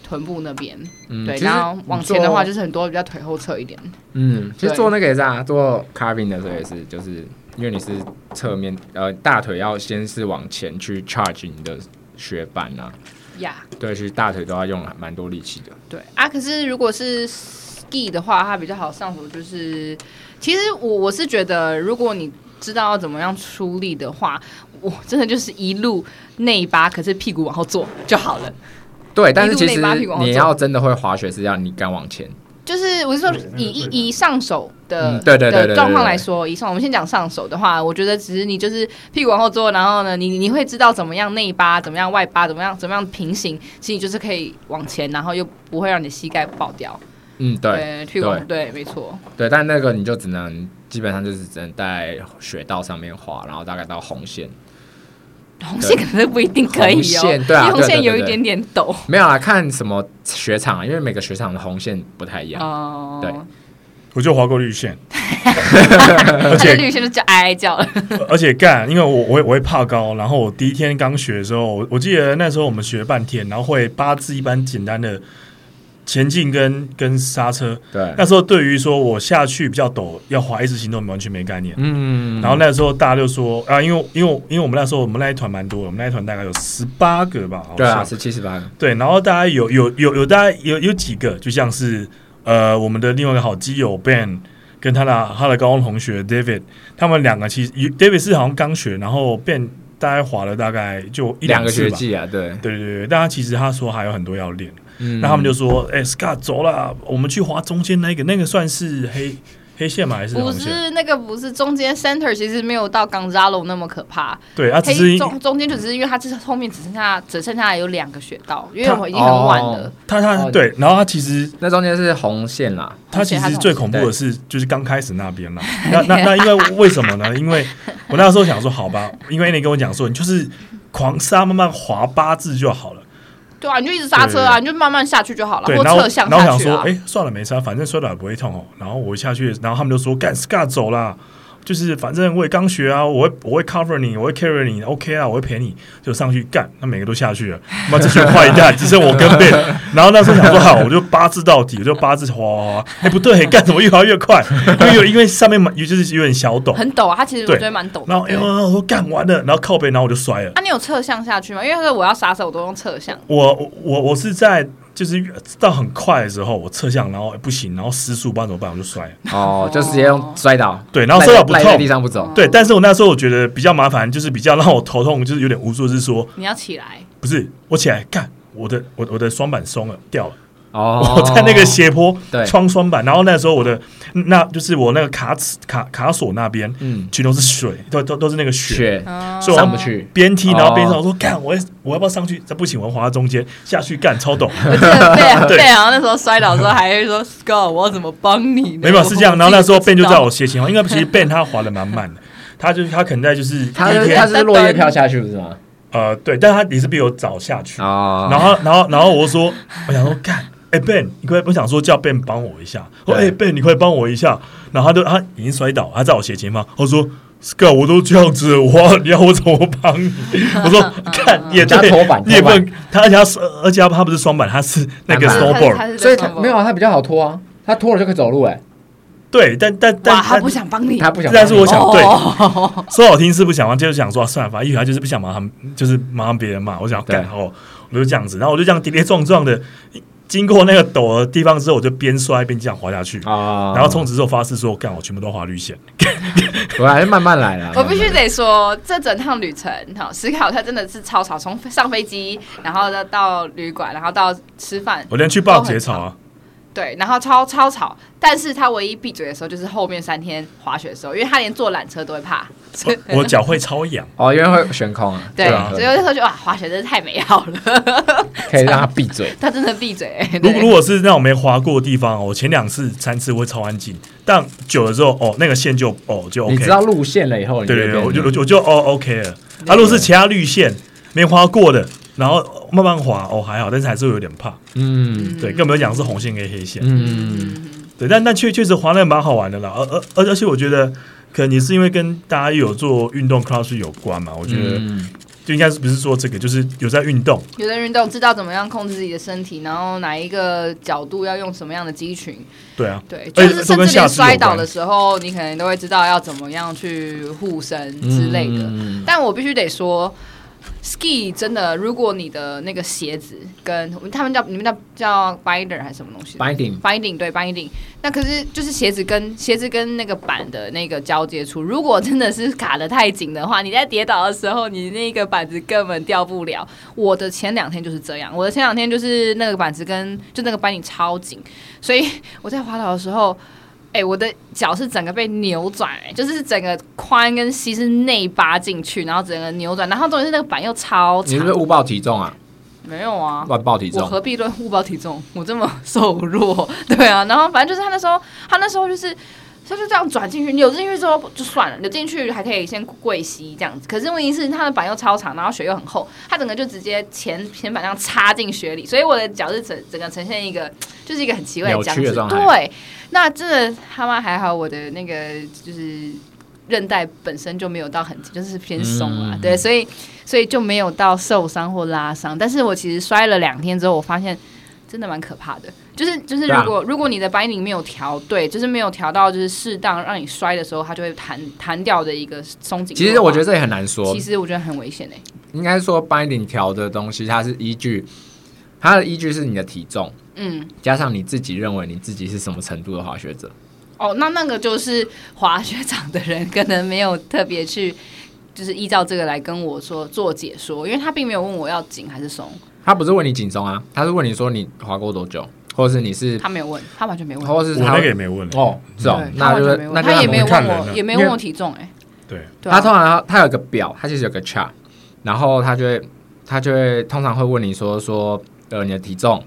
臀部那边。嗯对，其实然后往前的话你就做是很多比较腿后侧一点。嗯，其实对做那个也是啊，做 carving 的时候也是，就是因为你是侧面，呃，大腿要先是往前去 charge 你的雪板啊，呀、对，其实大腿都要用蛮多力气的。对啊，可是如果是 ski 的话，它比较好上手，就是其实我我是觉得，如果你知道要怎么样出力的话，我真的就是一路内八，可是屁股往后坐就好了。对，但是一路其内实八屁股往后你坐要真的会滑雪，是要你敢往前。就是我是说对那个以最难以以上手的、嗯对对对对的对状况对来说，以上我们先讲上手的话，我觉得只是你就是屁股往后坐，然后呢，你你会知道怎么样内八，怎么样外八，怎么样怎么样平行，其实你就是可以往前，然后又不会让你的膝盖爆掉。嗯，对屁股往对，没错。对，但那个你就只能基本上就是只能在雪道上面滑，然后大概到红线。红线可能不一定可以红哦，线对因啊为红对对线对有一对点点陡没有啦，看什么雪场啊，因为每个雪场的红线不太一样。哦。对我就划过绿线，而且绿线就叫哀哀叫 了，呃而且干，因为我我会我会怕高，然后我第一天刚学的时候，我我记得那时候我们学半天，然后会八字一般简单的前进跟跟刹车。对，那时候对于说我下去比较陡，要滑 S 型，我们完全没概念。嗯，然后那时候大家就说啊，因为因为因为我们那时候我们那一团蛮多的，我们那一团大概有十八个吧，好对啊，像是七十八个，对，然后大家有有有有大家有有几个，就像是呃我们的另外一个好基友 Ben 跟他的他的高中同学 David，他们两个其实 David 是好像刚学，然后 Ben 大概滑了大概就一两个次学。吧季啊，对，对对对，对但他其实他说还有很多要练，嗯那他们就说：“哎、s c o t t 走了，我们去滑中间那个，那个算是黑黑线吗？还是不红线？是那个不是中间 center 其实没有到 Gonzalo 那么可怕，对，啊，只是黑中中间就只是因为它这后面只剩下只剩下有两个雪道，啊因为我已经很晚了。他他哦对，然后他其实那中间是红线啦，他其而且他实是最恐怖的是，就是刚开始那边 啦。那那那，因为为什么呢？因为我那时候想说，好吧，因为你跟我讲说，你就是狂刹，慢慢滑八字就好了。对啊，你就一直刹车啊，你就慢慢下去就好了，对，或然后侧向然后下想去说，啊哎、。算了，没差，反正摔倒也不会痛哦。然后我一下去，然后他们就说，干 Scar 走啦。就是反正我也刚学啊，我会我会 cover 你，我会 carry 你，OK 啊，我会陪你，就上去干。那每个都下去了，妈这群坏蛋，只剩我跟 Ben。然后那时候想说，好，我就八字到底，我就八字滑滑滑。哎、不对，干怎么越滑越快？因为有因为上面嘛，就是有点小陡。很陡啊，它其实我对觉得蛮陡然后的。哎、对呦，我说干完了，然后靠背，然后我就摔了。啊，你有侧向下去吗？因为它是我要刹车，我都用侧向。我我我我是在就是到很快的时候，我侧向，然后哎不行，然后失速，不知道怎么办，我就摔了。哦，就直接用摔倒，对，然后摔倒不赖在地痛。上不走，对，但是我那时候我觉得比较麻烦，就是比较让我头痛，就是有点无助，是说你要起来，不是我起来干我的我我的双板松了掉了，哦，我在那个斜坡对穿双板，然后那时候我的那就是我那个卡尺卡卡锁那边嗯全都是水，都都都是那个雪嗯所以我上不去，边踢，然后边上哦我说干，我要我要不要上去？这不行，我要滑到中间下去干，超懂。我记 得贝对贝啊好像那时候摔倒的时候还会 说 Scott，我要怎么帮你呢？没有是这样。我然后那时候我自己 Ben 不就知道在我斜前方，因为 其实 Ben 他滑的蛮慢的，他就是他可能在就是他第一是天他是落叶飘下去不是吗？呃对，但他也是比我早下去。哦，然后然后然后我说，我想说干。哎、b e n 你快！我想说叫 Ben 帮我一下。我说对哎、b e n 你快帮我一下。然后他就他已经摔倒，他在我斜前方。我说 Scott，我都这样子了，我要你要我怎么帮你？我说看也加对头板，你也头不板能。他而且他是而且他不是双板，他是那个单他板是 snowboard，他是所以他他没有啊，他比较好拖啊，他拖了就可以走路哎，对，但但但哇，他但不想帮你，他不想帮你，但是我想对哦说好听是不想嘛，就是想说、啊算了，反正因为他就是不想麻烦，就是麻烦别人嘛。我想要对干，然后我就这样子，然后我就这样跌跌撞撞的经过那个陡的地方之后，我就边摔边这样滑下去。啊，然后从此之后发誓说，干我全部都划绿线。我还是慢慢来啦。我必须慢慢来得说，这整趟旅程，哈，思考他真的是超吵，从上飞机，然后到到旅馆，然后到吃饭，我连去报节草啊，对，然后超超吵。但是他唯一闭嘴的时候，就是后面三天滑雪的时候，因为他连坐缆车都会怕。 我我脚会超痒。哦，因为会悬空啊，对，对啊所以那时候就哇，滑雪真是太美好了。 可以让他闭嘴。他真的闭嘴、欸，如对如果是那种没滑过的地方，我前两次、三次会超安静，但久了之后，哦，那个线就哦就 OK。你知道嗯路线了以后，你对对对，就我变就成我就我就哦 OK 了。啊，如果是其他绿线没滑过的，然后慢慢滑，哦还好，但是还是会有点怕。嗯对，更不要讲是红线跟黑线。嗯，对，但但确确实滑那个蛮好玩的啦，而而而而且我觉得，可能也是因为跟大家有做运动 cross 有关嘛，我我觉得就应该是不是说这个，就是有在运动，有的运动知道怎么样控制自己的身体，然后哪一个角度要用什么样的肌群，对啊，对，就而且是都甚跟至下连肢有关摔倒的时候，你可能都会知道要怎么样去护身之类的。嗯但我必须得说，ski 真的，如果你的那个鞋子跟他们叫你们叫叫 binder 还是什么东西 binding binding 对 binding，那可是就是鞋子跟鞋子跟那个板的那个交接处，如果真的是卡的太紧的话，你在跌倒的时候，你那个板子根本掉不了。我的前两天就是这样，我的前两天就是那个板子跟就那个 binding 超紧，所以 我在滑倒的时候。哎、我的脚是整个被扭转、哎，就是整个髋跟膝是内八进去，然后整个扭转，然后重点是那个板又超你是长不是，误报体重啊？没有啊，乱报体我重，何必论误报体重？我这么瘦弱，对啊。然后反正就是他那时候，他那时候就是他就这样转进去，扭进去之后就算了，扭进去还可以先跪膝这样子。可是问题是他的板又超长，然后雪又很厚，他整个就直接前前板这样插进雪里，所以我的脚是整整个呈现一个就是一个很奇怪的僵扭曲直的状。态对，那真的他妈还好，我的那个就是韧带本身就没有到很紧，就是偏松啦。嗯对，所以所以就没有到受伤或拉伤。但是我其实摔了两天之后，我发现真的蛮可怕的。就是就是，对啊如果、如果你的 binding 没有调对，就是没有调到就是适当让你摔的时候，它就会弹弹掉的一个松紧度的话。其实我觉得这也很难说其，实我觉得很危险哎、应该说 binding 条的东西，它是依据它的依据是你的体重，嗯，加上你自己认为你自己是什么程度的滑雪者。哦，那那个就是滑雪场的人可能没有特别去。就是依照这个来跟我说做解说，因为他并没有问我要紧还是松，他不是问你紧松啊，他是问你说你滑过多久，或者是你是，他没有问，他完全没问。或者我是他那个也没问哦，是哦对，他那完就全是没那问，就让他也我没有们看问人我，啊也没有因为问我体重哎、对，对啊他通常他有个表，他其实有个 chart，然后他就会他就会通常会问你说说呃你的体重，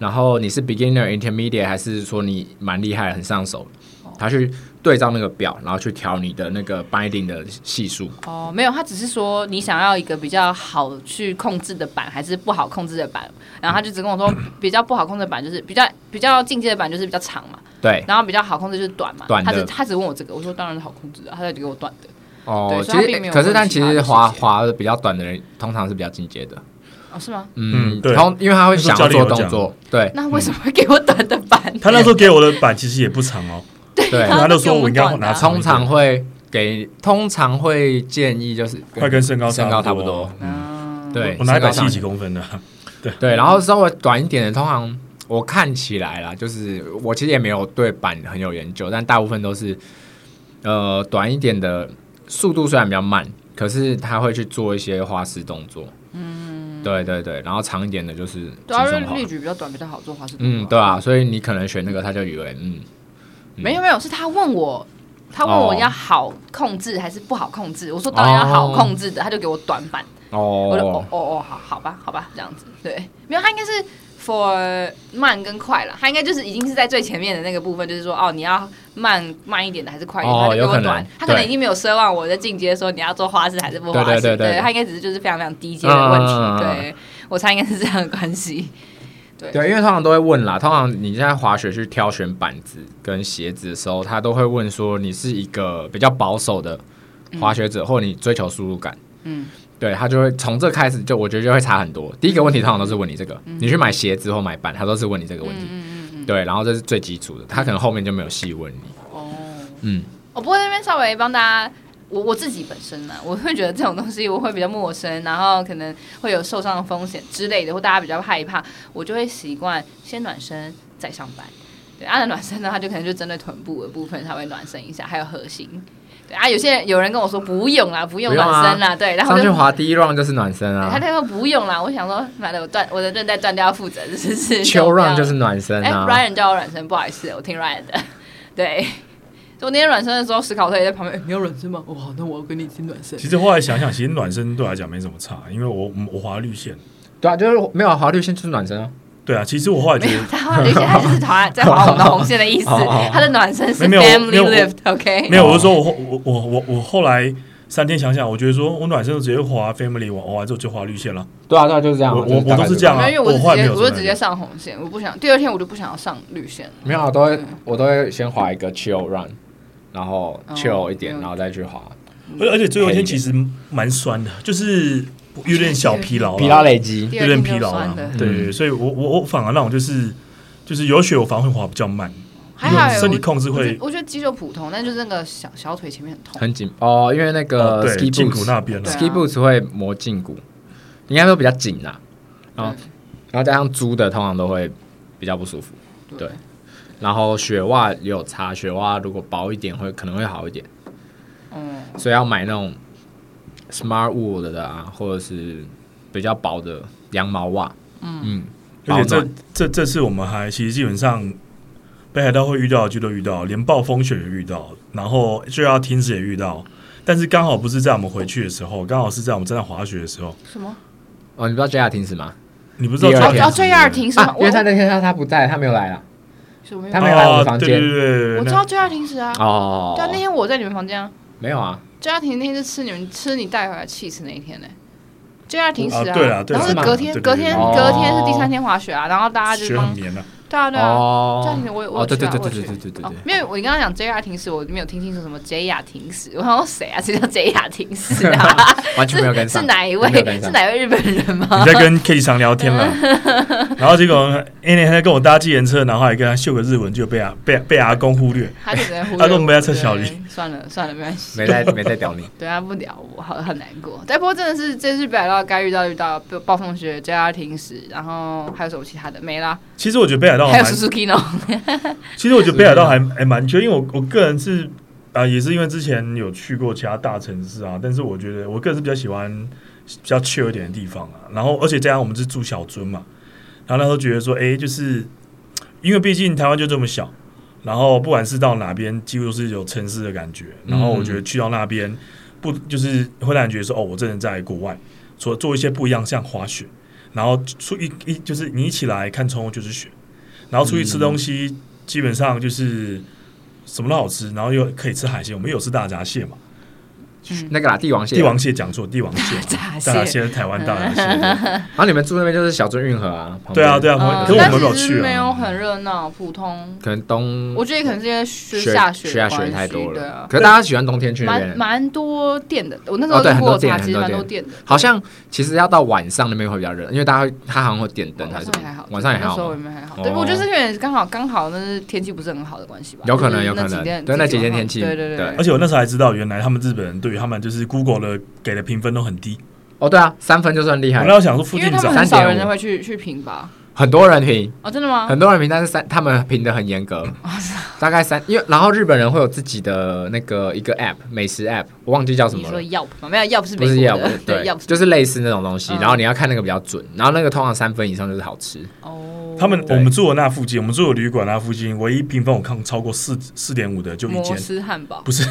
然后你是 beginner、intermediate 还是说你蛮厉害很上手，哦他去对照那个表，然后去调你的那个 binding 的系数。哦，没有，他只是说你想要一个比较好去控制的板，还是不好控制的板。然后他就只跟我 说，比较不好控制的板就是比较比较进阶的板就是比较长嘛，对，然后比较好控制就是短嘛。短的他只他只问我这个，我说当然是好控制的，啊他就给我短的。哦，对所其以他并没实有可是但问其其他的实滑细节滑的比较短的人，通常是比较进阶的。哦，是吗？嗯，嗯对然后因为他会那时候想要教做练有动讲作，对那为什么会给我短的板？他那时候给我的板其实也不长哦，对，他就说我应该他都给我们短的啊拿通常会给通常会建议就是快跟身高身高差不不多，，嗯，对，我拿一身高百差七不几多公分的， 对，然后稍微短一点的，通常我看起来啦，就是我其实也没有对板很有研究，但大部分都是呃短一点的，速度虽然比较慢，可是他会去做一些花式动作，嗯，对对对，然后长一点的就是对啊，轻因为松滑绿，举比较短，比较好做滑式。嗯，对，啊，所以你可能选那个，他就以为嗯。嗯没有没有，是他问我。他问我哦要好控制还是不好控制，我说当然要好哦控制的，他就给我短板。我就哦哦，哦哦，好好吧，好吧，这样子，对，没有，他应该是 for 慢跟快了，他应该就是已经是在最前面的那个部分，就是说哦，你要慢慢一点的还是快一点，哦他就给有我可能短，他可能对已经没有奢望我在进阶说你要做花式还是不花式，对对对对他应该只是就是非常非常低阶的问题，嗯嗯嗯嗯对我猜应该是这样的关系，对对，因为通常都会问啦，通常你在滑雪去挑选板子跟鞋子的时候，他都会问说你是一个比较保守的滑雪者，或你追求速度感。嗯，对他就会从这开始就我觉得就会差很多。第一个问题通常都是问你这个，嗯你去买鞋子或买板，他都是问你这个问题。对，然后这是最基础的，他可能后面就没有细问你。哦嗯，我不过在那边稍微帮大家，我我自己本身呢，我会觉得这种东西我会比较陌生，然后可能会有受伤的风险之类的，或大家比较害怕，我就会习惯先暖身再上班。对，按、啊、暖身呢，它就可能就针对臀部的部分稍微暖身一下，还有核心。对啊，有些人有人跟我说不用啦，不用不用啊暖身啦，对，然后我上去就。滑第一 round 就是暖身哎他啊，他说不用啦，我想说，买了我断我的韧带断掉要负责，这是 是秋这样 round 就是暖身哎、啊 r。y a n 叫我软身，不好意思，我听 Ryan 的。对，所以我那天软身的时候，史考特也在旁边、哎你要软身吗？哦，好那我要跟你一起软身。其实后来想想，其实暖身对我来讲没什么差，因为我我滑绿线。对啊，就是没有滑绿线就是暖身啊。对啊，其实我后来觉没 有得，他画绿线，他就是划在划我们的红线的 意思哦哦哦。他的暖身是没有没 family 有 lift，OK？、没有，我是说我后我我我我后来三天想想，我觉得说我暖身就直接滑 family 完，滑完之后就滑绿线了。对啊，对啊，就是这样啊。我就是我大概我都是这样啊没有，因为我就我后直来没接有我做就那个直接上红线，我不想第二天我就不想要上绿线了。没有啊，我都会我都会先滑一个 chill run，然后哦 chill 一点，嗯然后再去滑，而而且最后一天其实蛮酸的，就是有点小疲劳啦，啊疲劳累嗯积。第有二点天疲就劳酸了的。。对对，对所以我我我反而让我就是就是有血，我反而会滑比较慢，还好因为有身体控制会我觉得肌肉普通，但就是那个小小腿前面很痛。很紧哦，因为那呃个对 ski 胫骨 boots 那边对了啊。 ski boots 会磨胫骨，应该都比较紧啊。然后然后加上租的，通常都会比较不舒服。对对然后雪袜也有差，雪袜如果薄一点会可能会好一点，嗯，所以要买那种 smart wool 的啊，或者是比较薄的羊毛袜。嗯保而且这暖这这次我们还其实基本上北海道会遇到的就都遇到，连暴风雪也遇到，然后就要停止也遇到。但是刚好不是在我们回去的时候，刚好是在我们正在滑雪的时候。什么？哦，你不知道 JR 停止吗？你不知道第哦二最天哦，最二停什么啊？因我为他那天他他不在，他没有来啊了。什么？他没有来我们哦房间对对对对我对知道最二停止啊。哦，对啊，那天我在你们房间啊。没有啊，最二停那天是吃你们吃你带回来 cheese 那一天呢、最二停止啊对啦对然啦后是隔天是吗隔天对对对隔天是第三天滑雪啊，然后大那家就雪帮很黏啊。对啊对啊，最二哦停止我我哦，有对去对啊对我有对去对对对对哦对，，没有，我你刚刚讲 JR 停驶，我没有听清楚什么 JR 停驶，我想说谁啊？谁叫 JR 停驶 啊？完全没有是跟是上。哪一位没有跟？是上哪位日本人吗？你在跟 Kitty 常聊天了，然后结果 a n 还在跟我搭计程车，然后还跟他秀个日文，就被阿被被阿公忽略。他就只能忽略我。他根本不在测小对林算了算了，没关系。没在没在 屌你，对啊，不聊我，好很难过。但不过真的是这次北海道该遇到遇到，暴暴风雪、JR 停驶，然后还有什么其他的没啦，其实我觉得北哦海道还有蛮， Suzuki 呢。。其实我觉得北海道还还蛮缺，因为我我个人是啊、也是因为之前有去过其他大城市啊，但是我觉得我个人是比较喜欢比较 chill 一点的地方啊。然后而且加上我们是住小樽嘛，然后那时候觉得说，哎、就是因为毕竟台湾就这么小，然后不管是到哪边，几乎都是有城市的感觉。然后我觉得去到那边，不就是会让人觉得说，哦，我真的在国外，所做一些不一样，像滑雪，然后出一一就是你一起来看窗户就是雪，然后出去吃东西，基本上就是什么都好吃，然后又可以吃海鲜，我们有吃大闸蟹嘛，那个啦，帝王蟹。帝王。蟹讲错，帝王蟹啊闸大闸蟹。蟹是台湾大闸蟹，然后你们住那边就是小樽运河啊。旁边对啊对啊，旁边嗯可是我们没有但其去实啊，没有很热闹，普通。可能冬我觉得可能是因为雪下雪嗯下的雪关太系多对了啊，可是大家喜欢冬天去那蛮边。蛮多店的。我那时哦候对路过很多店查，其实很多蛮多店店的。好像其实要到晚上那边会比较热，因为大家会他好像会点灯还晚是上也还好，晚上也还那时候好我吗，们还好。哦对，我觉得是因为刚好刚好，那是天气不是很好的关系吧？有可就能是有可那几能，天对那几天好天气对对对对而。且我那时候还知道，原来他们日本人对于他们就是 Google 的给的评分都很低。哦对啊，三分就算厉我那害时，候想说副因为店他们长三很点少五人会去去评吧？很多人评，哦，真哦啊的吗？很多人评，但是三他们评的很严格，大概三，因为然后日本人会有自己的那个一个 app 美食 app，我忘记叫什你么说了。 Yelp 吗？没有 Yelp 是不美是国 app，的，对 Yelp 就是类似那种东西，嗯然后你要看那个比较准，然后那个通常三分以上就是好吃，哦，他们对我们住的那附近，我们住的旅馆那附近，唯一评分我看超过四四点五的就一摩间，斯汉堡 不是，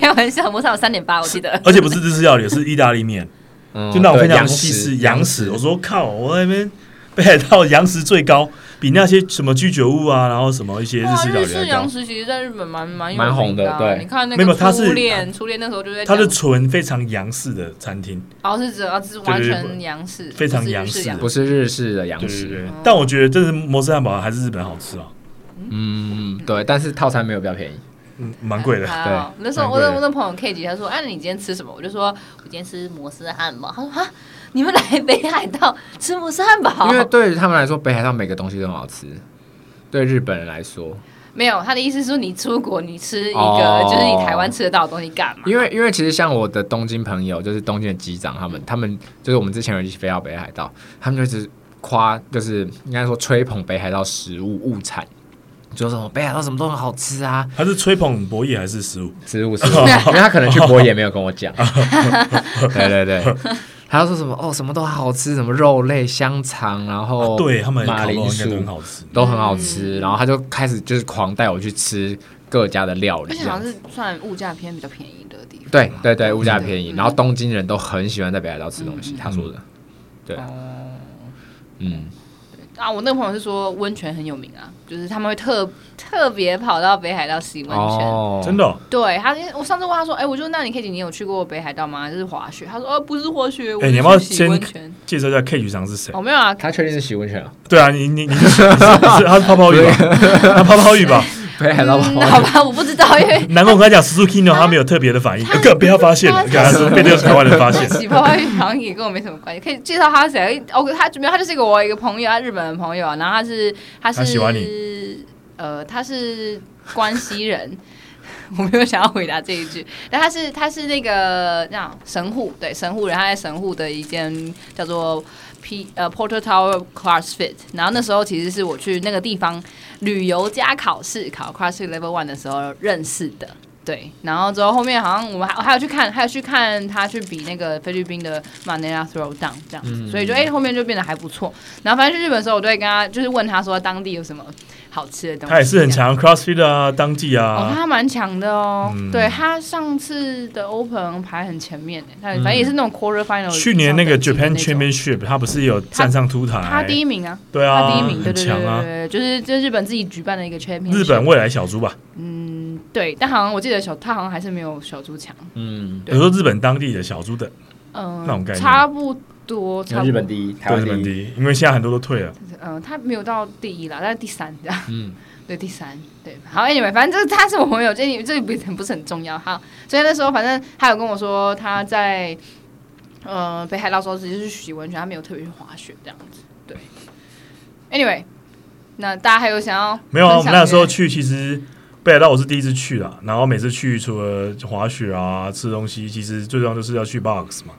开玩笑，摩斯有三点八，我记得。而且不是日式料理，是意大利面，嗯，就那种对非常洋西式食洋食。我说靠，我在那边 北海道洋食最高，比那些什么居酒屋啊，然后什么一些日哇，式料日理式还高洋。食其实在日本蛮蛮有蛮红的名啊对你看那没有个它是初恋，初恋那时候就在它讲，是纯非常洋式的餐厅，然后是只要是完全洋式，对对对非常不是日式洋式的不是日式的洋对对食，对哦。但我觉得这是摩斯汉堡还是日本好吃啊，嗯，对，但是套餐没有比较便宜，嗯，蛮贵的。 还好那时候蛮我贵的的我的朋友 K 姐，他说：“哎，那你今天吃什么？”我就说：“我今天吃摩斯汉堡。”他说：“哈，你们来北海道吃摩斯汉堡？”因为对于他们来说，北海道每个东西都很好吃。对日本人来说，没有，他的意思是说你出国你吃一个哦就是你台湾吃得到的东西干嘛？因为因为其实像我的东京朋友，就是东京的机长，他们他们就是我们之前有一起飞到北海道，他们就一直夸，就是应该说吹捧北海道食物物产，就说什么北海道什么都很好吃啊，他是吹捧博弈还是食物？食 物食物，因为他可能去博也没有跟我讲，对对对。他说什么哦，什么都好吃，什么肉类、香肠，然后、啊对他们哦马烤肉铃应该薯都很好吃。都很好嗯吃，然后他就开始就是狂带我去吃各家的料而理，且这好样像是算物价偏比较便宜的地方。对对对，物价便宜，嗯然后东京人都很喜欢在北海道吃东西，他说的，对，哦，嗯，啊，我那个朋友是说温泉很有名啊，就是他们会特特别跑到北海道洗温泉。哦，真的哦、对他，我上次问他说：“哎、我就那你 K 姐，你有去过北海道吗？就是滑雪。”他说：“哦、不是滑雪，我哎是你要不要去洗先温泉。介绍一下 K 局长是谁？哦，没有啊，他确定是洗温泉啊？对啊，你你你是是他是泡泡 浴吧？他泡泡浴吧？北海道嗯好吧，我不知道，因为难怪我跟他讲 Suzuki 呢，他没有特别的反应，更不要发现了，刚才是被那个台湾人发现。洗泡泡浴好像也跟我没什么关系。可以介绍他是谁？哦，他没有，他就是一个我一个朋友，他日本的朋友啊。然后他是他是他喜欢呃，他是关西人。 我没有想要回答这一句，但他是他是那个那样神户对神户人，他在神户的一间叫做 P 呃 Porter Tower CrossFit，然后那时候其实是我去那个地方旅游加考试考 CrossFit Level One 的时候认识的，对，然后之后后面好像我们还我还有去看，还有去看他去比那个菲律宾的 Manila Throwdown 这样子，嗯所以就哎、后面就变得还不错。然后反正去日本的时候，我都会跟他就是问他说当地有什么好吃的东西，啊他也是很这样。强 CrossFit 啊，当季哦，啊，他蛮强的哦，嗯对他上次的 Open 排很前面欸耶，他反正也是那种 Quarter Final。嗯去年那个 Japan 前面， Championship 他不是有站上凸台？他第一名啊，对啊，他第一名，对很对对强对啊。对，就是就是日本自己举办的一个 Champion。日本未来小猪吧？嗯，对，但好像我记得小他好像还是没有小猪强，嗯，有时候日本当地的小猪的，嗯、那种概念差不多，差不多日本第一，台呃湾对日本第一，第一，因为现在很多都退了。嗯、他没有到第一啦，但是第三这样，嗯， 对，第三，对，好，anyway，反正这他是我朋友，这里这里不是很不是很重要，好，所以那时候反正他有跟我说他在呃北海道的时候只是去洗温泉，他没有特别去滑雪这样子，对，anyway，那大家还有想要没有啊，我分享们的那时候去其实北海道我是第一次去啊，然后每次去除了滑雪啊、吃东西，其实最重要就是要去 box 嘛。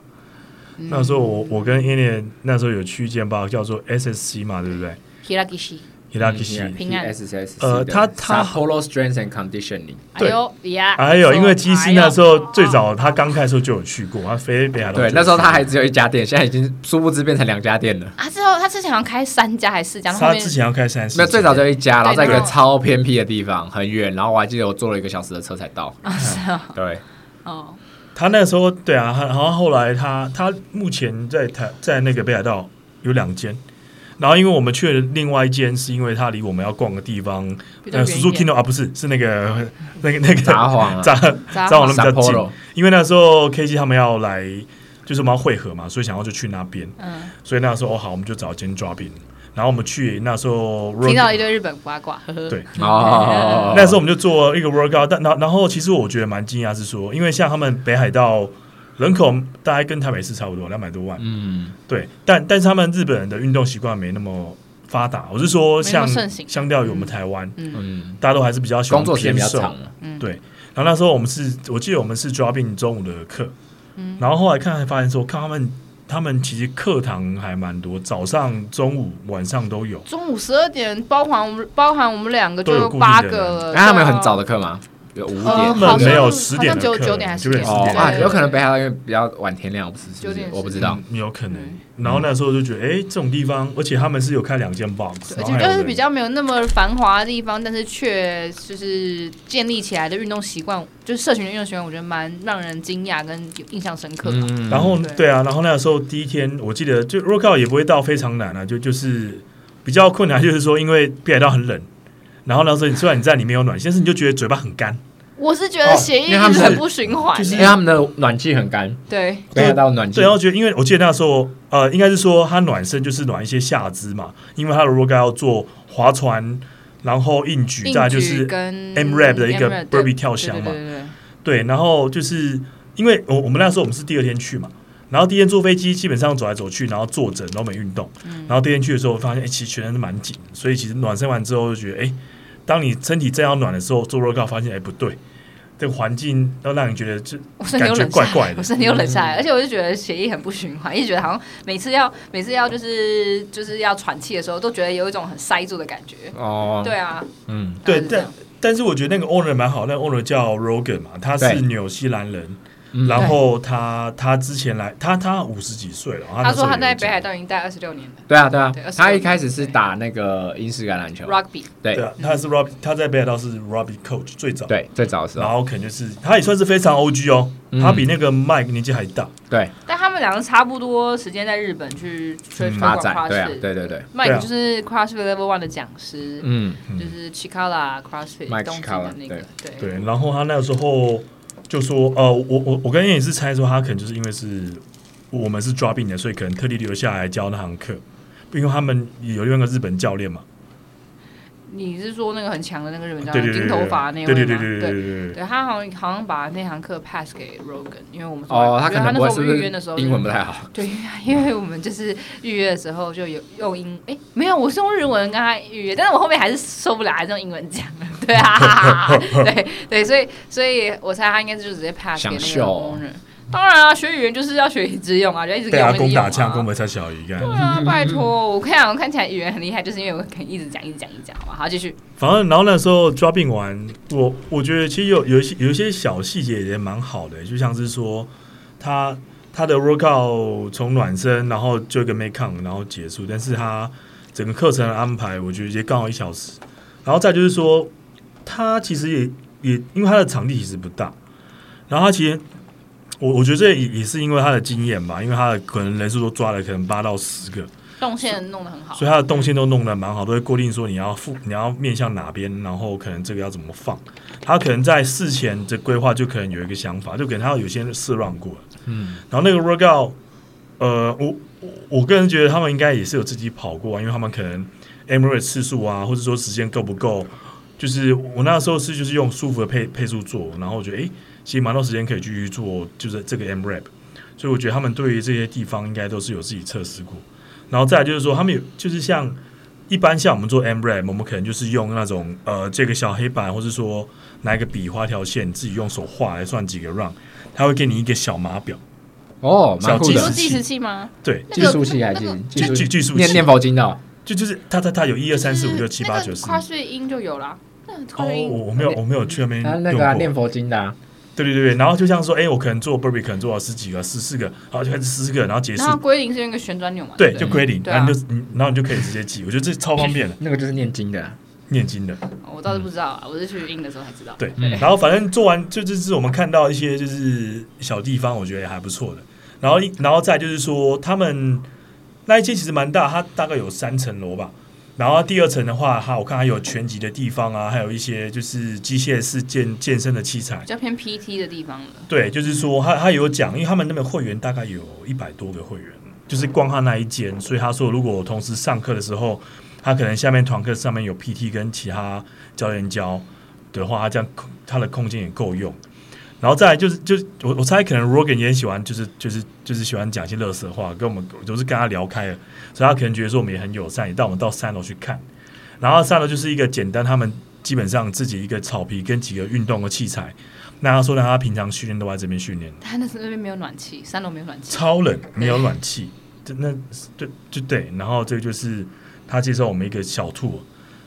嗯那时候我我跟 a n 那时候有去一间 box 叫做 SSC 嘛，对不对 Hirakishi， h i r a k i s h 平安 SSS，呃他他 Polo Strength and Conditioning，哎对啊呦呀，还有，因为基西西那时候最早他刚开始就有去过，他飞北海道就有对，去过。那时候他还只有一家店，现在已经殊不知变成两家店了。啊，之后他之前好像开三家还是四家，然后后他面之前要开三十，没有，最早就一家，然后在一对个然后超偏僻的地方，很远，然后我还记得我坐了一个小时的车才到。啊对，哦，他那时候对啊，他然后后来他他目前在台在那个北海道有两间，然后因为我们去了另外一间，是因为他离我们要逛的地方，比较呃远一，Suzuki 点 no 啊，不是，是那个那个那个札幌 啊 札札幌札幌那比较近 Sapporo，因为那时候 K G 他们要来，就是我们要汇合嘛，所以想要就去那边，嗯，所以那时候哦好，我们就找间抓饼，然后我们去那时候 Road- 听到一堆日本八卦，呵呵，对。 哦，那时候我们就做一个 workout，但然然后其实我觉得蛮惊讶是说，因为像他们北海道人口大概跟台北市差不多，两百多万，嗯，对，但但是他们日本人的运动习惯没那么发达，我是说没那么像盛行相较于我们台湾，嗯嗯，大家都还是比较喜欢工作时间偏比较瘦。长了，嗯，对然后那时候我们是，我记得我们是 dropping 中午的课，嗯然后后来看才发现说，看他们他们其实课堂还蛮多，早上、中午、晚上都有。中午十二点，包含我们包含我们两个就都有有固定的八人个了。那哎他们有对啊很早的课吗？有呃五点，好他像们没有是好10像点的只有课九点还9是点10哦对啊，对有可能对北海道因为比较晚天亮，我不是是不有点是是我不知道。嗯有可能。然后那时候就觉得，哎、这种地方，而且他们是有开两间 box，而然且后哦还有就是人比较没有那么繁华的地方，但是却就是建立起来的运动习惯，就是社群的运动习惯，我觉得蛮让人惊讶跟印象深刻的。嗯然后对对啊，然后那时候第一天，我记得就 r o c o 也不会到非常难啊，就就是比较困难，就是说因为北海道很冷，然后那时候你虽然你在里面有暖气，但是你就觉得嘴巴很干，我是觉哦得血因液为他一们直是很不循环就欸、因为他们的暖气很干，对，北海道暖气对，然后觉得因为我记得那时候呃，应该是说它暖身就是暖一些下肢嘛，因为它的 r o c o 要做划船，然后硬举，硬再来就举是跟 M rap 的一个 M-rap 的 burpee 跳对箱对嘛对，对对对，然后就是因为我我们那时候我们是第二天去嘛，然后第一天坐飞机基本上走来走去，然后坐嗯着，然后没运动，然后第二天去的时候发现，哎、其实全身是蛮紧的，所以其实暖身完之后就觉得，哎、当你身体正要暖的时候做 workout，发现哎不对，这个环境要让你觉得这我瞬间又感觉冷下来，怪怪的我瞬间又冷下来，而且我就觉得血液很不循环，一直觉得好像每次要每次要就是就是要喘气的时候，都觉得有一种很塞住的感觉。哦，对啊，嗯，大对概是这但样但是我觉得那个 owner 蛮好，那个 owner 叫 Rogan 嘛，他是对纽西兰人，嗯然后他他之前来他他五十几岁了，他说他那时候有在讲北海道已经待二十六年了对啊，对啊对，他一开始是打那个英式橄榄球， ，rugby 对对啊，他是 Rob，他在北海道是 Robbie Coach 最早，对，最早的时然候，后可能就是他也算是非常 OG 哦，嗯他比那个 Mike 年纪还大，对，但他们两个差不多时间在日本去推推嗯发广展，对 CrossFit。啊，对对对，对啊 Mike 就是 CrossFit Level One 的讲师，嗯，嗯就是 Chikara CrossFit Mike 东京 Chikara，的那个，对对，然后他那时候就说，呃，我我我跟你也是猜说他可能就是因为是我们是抓病的，所以可能特地留下来教那堂课，因为他们有另外一个日本教练嘛，你是说那个很强的那个日本教对练，对对，金头发那位对对吗对对对对对，对他好像好像把那堂课 pass 给 Rogan，因为我们说哦，他啊因为可能那不时候我会是们预不是约的时候英文不太好？ 对，因为我们就是预约的时候就有用英，哎、没有，我是用日文跟他预约，但是我后面还是受不了，还是用英文讲了。对 啊，对对，所以所以我猜他应该是就直接 pass 给想那个秀 owner。当然啊，学语言就是要学以致用啊，就一直被给我他们攻打用枪，啊攻本才小鱼干。对啊，拜托，我看我看起来语言很厉害，就是因为我肯一直讲，一直讲，一直讲，好吧，好继续。反正然后那时候抓病完，我我觉得其实有有一些有一些小细节也蛮好的，就像是说他他的 workout 从暖身，然后就一个 make on，然后结束，但是他整个课程的安排，我觉得也刚好一小时。然后再就是说，他其实也也因为他的场地其实不大，然后他其实我我觉得这也也是因为他的经验吧，因为他的可能人数都抓了可能八到十个，动线弄得很好所，以它的动线都弄得蛮好，都会规定说你要付你要面向哪边，然后可能这个要怎么放。他可能在事前的规划就可能有一个想法，就可能他有些试乱过了。嗯，然后那个 workout，呃，我我我个人觉得他们应该也是有自己跑过啊，因为他们可能 Emirates 次数啊，或者说时间够不够，就是我那时候是就是用舒服的配配速做，然后我觉得诶，其实蛮多时间可以继续做，就是这个 M rap，所以我觉得他们对于这些地方应该都是有自己测试过，然后再来就是说他们有就是像。一般像我们做 M rap，我们可能就是用那种呃这个小黑板，或是说拿一个笔画条线，自己用手画来算几个 round，他会给你一个小码表，哦，蛮酷你小说的术，计时器吗？对，那技个术系还那是个技术技技术系念念佛经的哦，就就是他他他有一二三四五六七八九十。跨岁音就有啦。那跨哦，岁音我我没有我没有去那边他嗯用那个啊念过。佛经的啊，对对对对，然后就像说，哎，我可能做 Burberry 可能做了十几个、十四个，然后就开始十四个，然后结束然，后归零是用一个旋转钮嘛？对，不就归零，对啊然后你就你然后你就可以直接记，我觉得这超方便的，那个就是念经的啊，念经的。我倒是不知道啊，我是去印的时候才知道。嗯对，嗯然后反正做完就就是我们看到一些就是小地方，我觉得也还不错的。然后一然后再就是说，他们那一间其实蛮大，它大概有三层楼吧。然后第二层的话，哈，我看还有拳击的地方啊，还有一些就是机械式健健身的器材比。较偏 PT 的地方了。对，就是说他他有讲，因为他们那边会员大概有一百多个会员，就是光他那一间，所以他说如果我同时上课的时候，他可能下面团课上面有 PT 跟其他教练教的话，他这样空他的空间也够用。然后再来就是，就是我我猜可能 Rogan 也很喜欢，就是就是就是喜欢讲一些乐色话，跟我们我就是跟他聊开了，所以他可能觉得说我们也很友善，也带我们到三楼去看。然后三楼就是一个简单，他们基本上自己一个草皮跟几个运动的器材。那他说呢，他平常训练都在这边训练，他那时候那边没有暖气，三楼没有暖气。超冷，没有暖气，真的对就对。然后这个就是他介绍我们一个小 tour，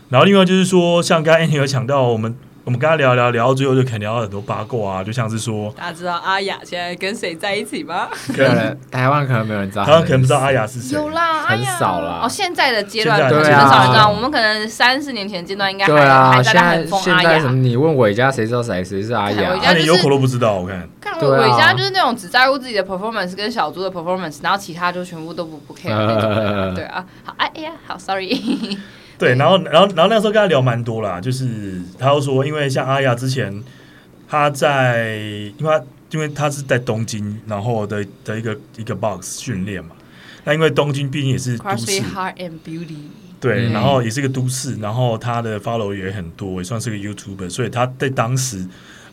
然后另外就是说，像刚才 Annie 有讲到，我们我们跟他聊聊聊到最后，就可能聊到很多八卦啊，就像是说，大家知道阿雅现在跟谁在一起 吗？可能啊台湾可能没有人知道，他可能不知道阿雅是谁，有啦，阿很雅少啦哦，现在的阶段现在很的少对啊人知道，我们可能三四年前阶段应该对还啊，还现大家在很疯现阿在什么雅。你问伟嘉谁知道谁谁是阿对伟雅啊嘉他？连就是有口都不知道。我看看我对啊伟嘉就是那种只在乎自己的 performance 跟小猪的 performance，然后其他就全部都不不 care 那 种人。对啊，好哎呀，好 sorry。对，嗯然后然后然后那时候跟他聊蛮多啦，就是他又说，因为像阿雅之前他在，因为他因为他是在东京，然后的的一个一个 box 训练嘛。那因为东京毕竟也是都 CrossFit 市， Heart and Beauty。对，嗯然后也是一个都市，然后他的 follow 也很多，也算是个 YouTuber，所以他在当时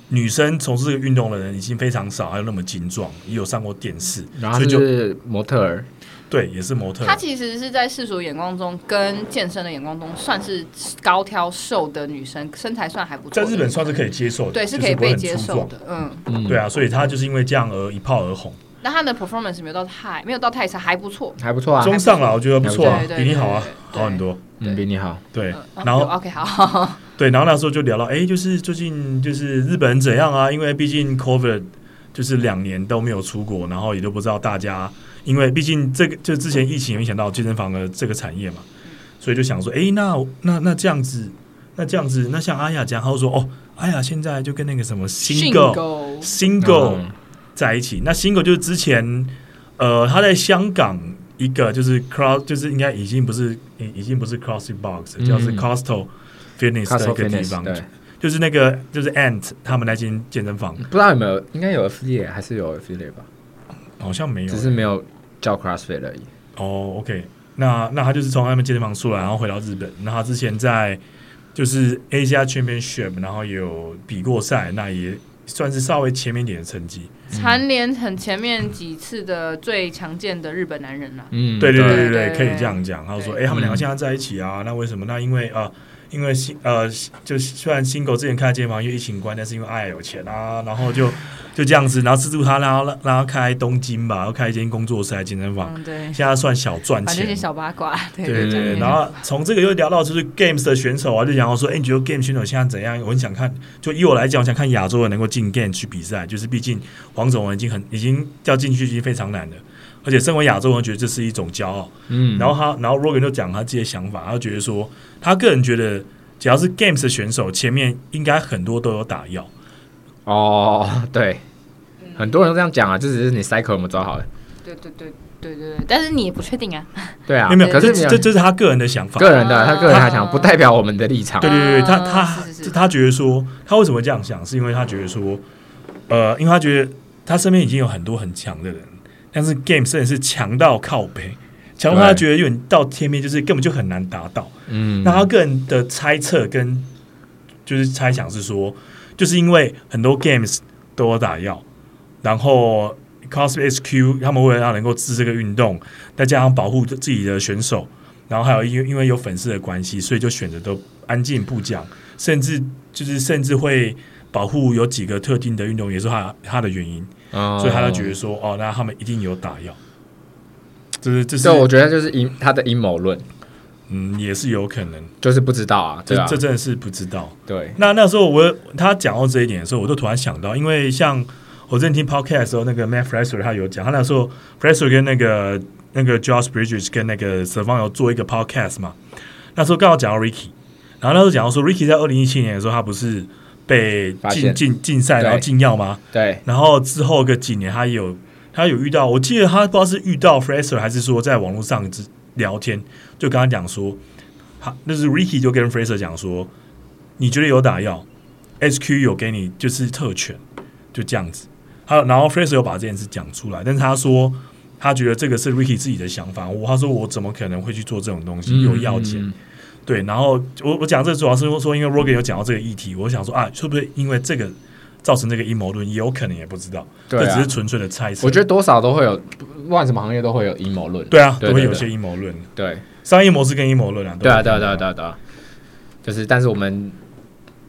女生从事这个运动的人已经非常少，还有那么精壮，也有上过电视，然后所以他就是模特儿，对，也是模特。她其实是在世俗眼光中跟健身的眼光中算是高挑瘦的女生，身材算还不错在的。日本算是可以接受的，对，是可就以不会被很接粗受壮。的。嗯，嗯，对啊，所以他就是因为这样而一炮而红，那她的 performance 没有到太没有到太差，还不错。还不错啊，中上了，我觉得不错啊对，对比你好啊对，对好很多。嗯，比你好。对嗯，然后 OK 好，对，然后那时候就聊到，哎，就是最近就是日本人怎样啊？因为毕竟 COVID 就是两年都没有出国，然后也都不知道大家，因为毕竟这个就之前疫情影响到健身房的这个产业嘛，嗯所以就想说，哎，那那那这样子，那这样子，那像阿雅讲，他就说，哦，阿雅现在就跟那个什么训 single 狗 single 嗯在一起。那 single 就是之前，呃，他在香港一个就是 cross，就是应该已经不是已已经不是 CrossFit Box，了嗯叫是 Coastal Fitness 的 Castle 一个地 Fitness，方，对，就是那个就是 Ant 他们那间健身房不知道有没有，应该有 affiliate 还是有 affiliate 吧，好像没有只是没有叫 CrossFit 而已。哦，OK，那那他就是从他们健身房出来，然后回到日本，那他之前在就是 Asia Championship，然后也有比过赛，那也算是稍微前面一点的成绩。蝉联很前面几次的最强健的日本男人啦。嗯，对对对对对，对可以这样讲。他就说，哎、对嗯他们两个现在在一起啊，那为什么？那因为啊、呃因为新呃，就虽然新狗之前开的健身房因为疫情关，但是因为爱有钱啊，然后就就这样子，然后资助他，然后让让他开东京吧，然后开一间工作室、健身房，嗯，对，现在算小赚反正一些钱。小八卦，对对对对，对。然后从这个又聊到就是 Games 的选手啊，就讲到说，哎、你觉得 Games 选手现在怎样？我很想看，就以我来讲，我想看亚洲人能够进 Games 去比赛，就是毕竟黄种人已经很已经要进去已经非常难了，而且身为亚洲人，觉得这是一种骄傲。嗯，然后他，然后 Rogan 就讲他自己的想法，他觉得说，他个人觉得，只要是 Games 的选手，前面应该很多都有打药，哦，对，很多人都这样讲啊，就只是你 cycle 有没有抓好了。对对对对对对，但是你也不确定啊。对啊，有没有？可是这你这这是他个人的想法。个人的，他个人来讲啊不代表我们的立场。对对对，对他他啊是是是他觉得说，他为什么会这样想，是因为他觉得说，呃，因为他觉得他身边已经有很多很强的人，但是 Games 真的是强到靠背，强到他对觉得有点到天边，就是根本就很难达到。嗯，那他个人的猜测跟就是猜想是说，就是因为很多 games 都有打药，然后 CrossFit HQ 他们为了让能够治这个运动，再加上保护自己的选手，然后还有因为因为有粉丝的关系，所以就选择都安静不讲，甚至就是甚至会。保护有几个特定的运动也是他他的原因，哦，所以他就觉得说，哦，那他们一定有打药，这是这是对，我觉得就是阴他的阴谋论，嗯也是有可能，就是不知道啊，对这啊这，真的是不知道。对，那那时候我他讲到这一点的时候，我就突然想到，因为像我之前听 podcast 的时候，那个 Matt Fraser 他有讲，他那时候 Fraser 跟那个那个 Josh Bridges 跟那个 s a v a n 有做一个 podcast 嘛，那时候刚好讲到 Ricky，然后那时候讲到说 Ricky 在二零一七年的时候，他不是被发禁现禁禁赛然后对禁药吗？对，然后之后个几年，他有他有遇到，我记得他不知道是遇到 Fraser 还是说在网络上之聊天，就跟他讲说，他那是 Ricky 就跟 Fraser 讲说，你觉得有打药，HQ 有给你就是特权，就这样子。他然后 Fraser 有把这件事讲出来，但是他说他觉得这个是 Ricky 自己的想法，我他说我怎么可能会去做这种东西，有药检。嗯对，然后我我讲这主要是说，因为 Rogan 有讲到这个议题，我想说啊，会不会因为这个造成这个阴谋论，也有可能也不知道，对这啊只是纯粹的猜测。我觉得多少都会有，不不管什么行业都会有阴谋论。对啊，对都会对有对些阴谋论，对，商业模式跟阴谋论啊，都对啊，有对啊，对啊，可能对啊，对啊，就是，但是我们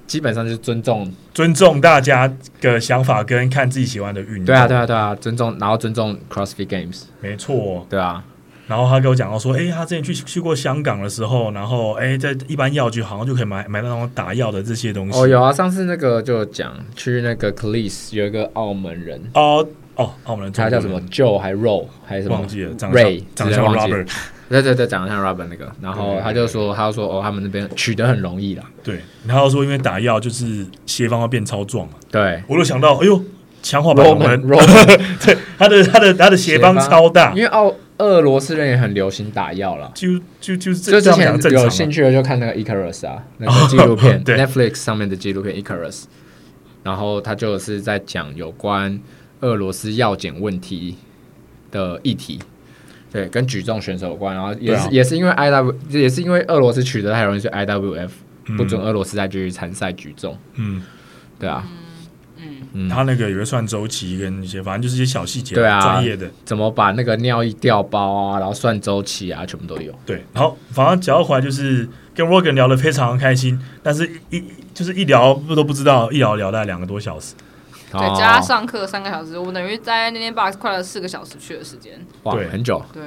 基本上就是尊重，尊重大家的想法跟看自己喜欢的运动，对啊，对，啊，对啊，尊重，然后尊重 CrossFit Games，没错。对啊，然后他给我讲到说，哎，他之前去去过香港的时候，然后哎，在一般药局好像就可以买买到那种打药的这些东西。哦，有啊，上次那个就有讲去那个 c l e s 有一个澳门人，哦哦，澳门人他叫什么？Joe 还 Roe 还是什么？忘记了，长 Ray，相长直接相忘记 Robert，对对对，长得像 Robin 那个，然对对后对他就说，他就说哦，他们那边取得很容易啦，对，然后说因为打药就是斜方会变超壮嘛。对我就想到，哎呦，强化版我，Roman 们 Roman，他的他的他的斜方超大因，为奥俄罗斯人也很流行打药啦。就就就是就这之这前样讲有正常兴吗。趣的就看那个 Icarus 啊，那个纪录片对，Netflix 上面的纪录片 Icarus，然后他就是在讲有关俄罗斯药检问题的议题，对，跟举重选手有关，然后也对是、啊也是因为 I W 也是因为俄罗斯取得太容易，所以 I W F 嗯不准俄罗斯再继续参赛举重，嗯，对啊，嗯嗯，嗯他那个也会算周期跟一些，反正就是一些小细节，对啊专业的怎么把那个尿液调包啊，然后算周期啊，全部都有。对。好，反正讲到回来就是跟 Rogan 聊得非常开心，但是一一就是一聊都不知道，一聊聊大概两个多小时，哦对，加上课三个小时，我等于在那天 box 快了四个小时去的时间。哇，对很久。对，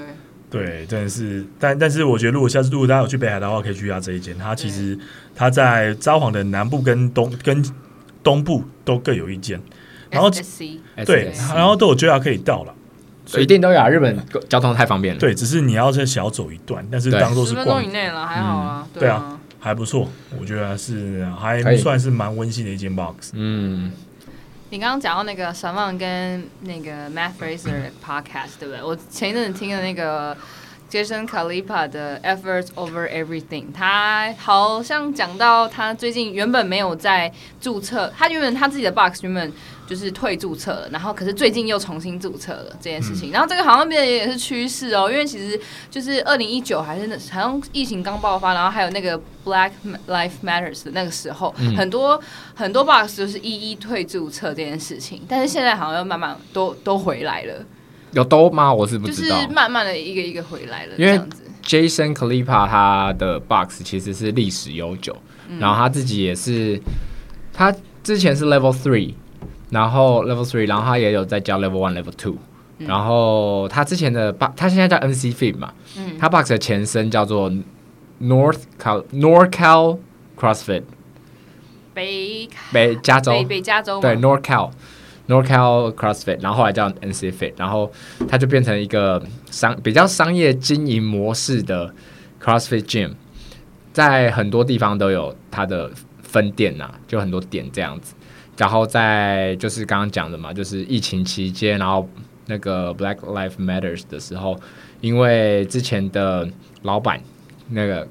对，真的是，但但是我觉得，如果下次如果大家有去北海道的话，可以去一下这一间。它其实它在札幌的南部跟东跟东部都各有一间，然后 SC 对， SSC 然后都有 JR 可以到了。一定都有啊，日本交通太方便了。对，只是你要再小走一段，但是对当做十是分逛钟以内了，还好啊。对啊，还不错，我觉得是还可以算是蛮温馨的一间 box。嗯，你刚刚讲到那个沈望跟那个 Matt Fraser 的 podcast，对不对？我前一阵子听了那个 Jason Kalipa 的 Efforts Over Everything，他好像讲到他最近原本没有在注册，他原本他自己的 box 原本就是退注册了，然后可是最近又重新注册了这件事情，然后这个好像变得也是趋势哦，因为其实就是二零一九还是那好像疫情刚爆发，然后还有那个 Black Life Matters 的那个时候，嗯很多很多 box 就是一一退注册这件事情，但是现在好像又慢慢都都回来了，有兜吗？我是不就知是道。慢慢的一个一个回来了，因这为样子。 Jason Kalipa 他的 box 其实是历史悠久，嗯然后他自己也是，他之前是 Level Three，然后 Level Three，然后他也有在教 Level One、Level Two，然后他之前的 box，他现在叫 NC Fit 嘛，嗯他 box 的前身叫做 North Cal NorCal CrossFit 北北加州北北加州嘛对 NorCal NorCal CrossFit，然后后来叫 NC Fit，然后它就变成一个商比较商业经营模式的 CrossFit Gym，在很多地方都有它的分店呐、就很多点这样子。然后在就是刚刚讲的嘛，就是疫情期间，然后那个 Black Life Matters 的时候，因为之前的老板那个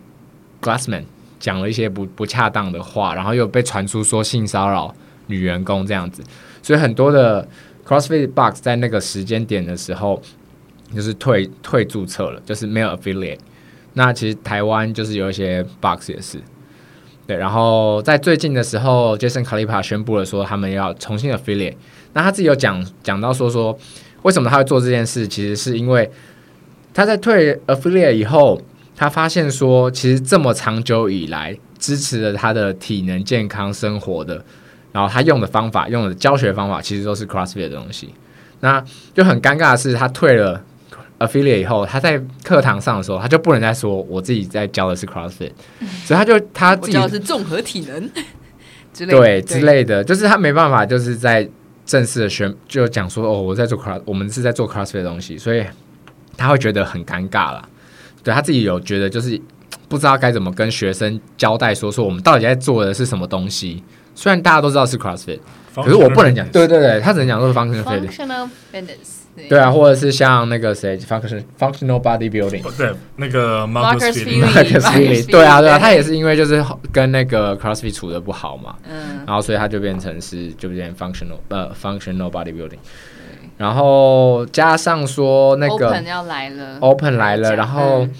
Glassman 讲了一些不不恰当的话，然后又被传出说性骚扰女员工这样子，所以很多的 CrossFit Box 在那个时间点的时候，就是退退注册了，就是没有 affiliate。那其实台湾就是有一些 Box 也是，对。然后在最近的时候，Jason Kalipa 宣布了说他们要重新 affiliate。那他自己有讲讲到说说为什么他会做这件事，其实是因为他在退 affiliate 以后，他发现说其实这么长久以来支持了他的体能健康生活的然后他用的方法、用的教学方法其实都是 CrossFit 的东西。那就很尴尬的是，他退了 affiliate 以后，他在课堂上的时候，他就不能再说我自己在教的是 CrossFit，所以他就他我自己叫的是综合体能 之类的对之类的，就是他没办法，就是在正式的宣就讲说哦，我在做 cross，我们是在做 CrossFit 的东西，所以他会觉得很尴尬啦。对他自己有觉得就是不知道该怎么跟学生交代说说我们到底在做的是什么东西，虽然大家都知道是 CrossFit。可是我不能讲，对对对，他只能讲说 function f i t functional fitness 对啊，或者是像那个谁 function functional bodybuilding。 对那个 Marcus Feeley Feeley 那 Marcus 个 Sweetie， Feeley，对啊，对啊，对他也是因为就是跟那个 CrossFit 处的不好嘛，嗯，然后所以他就变成是就变成 functional 呃 functional bodybuilding，然后加上说那个哦 Open 要来了 Open 来了，讲然后嗯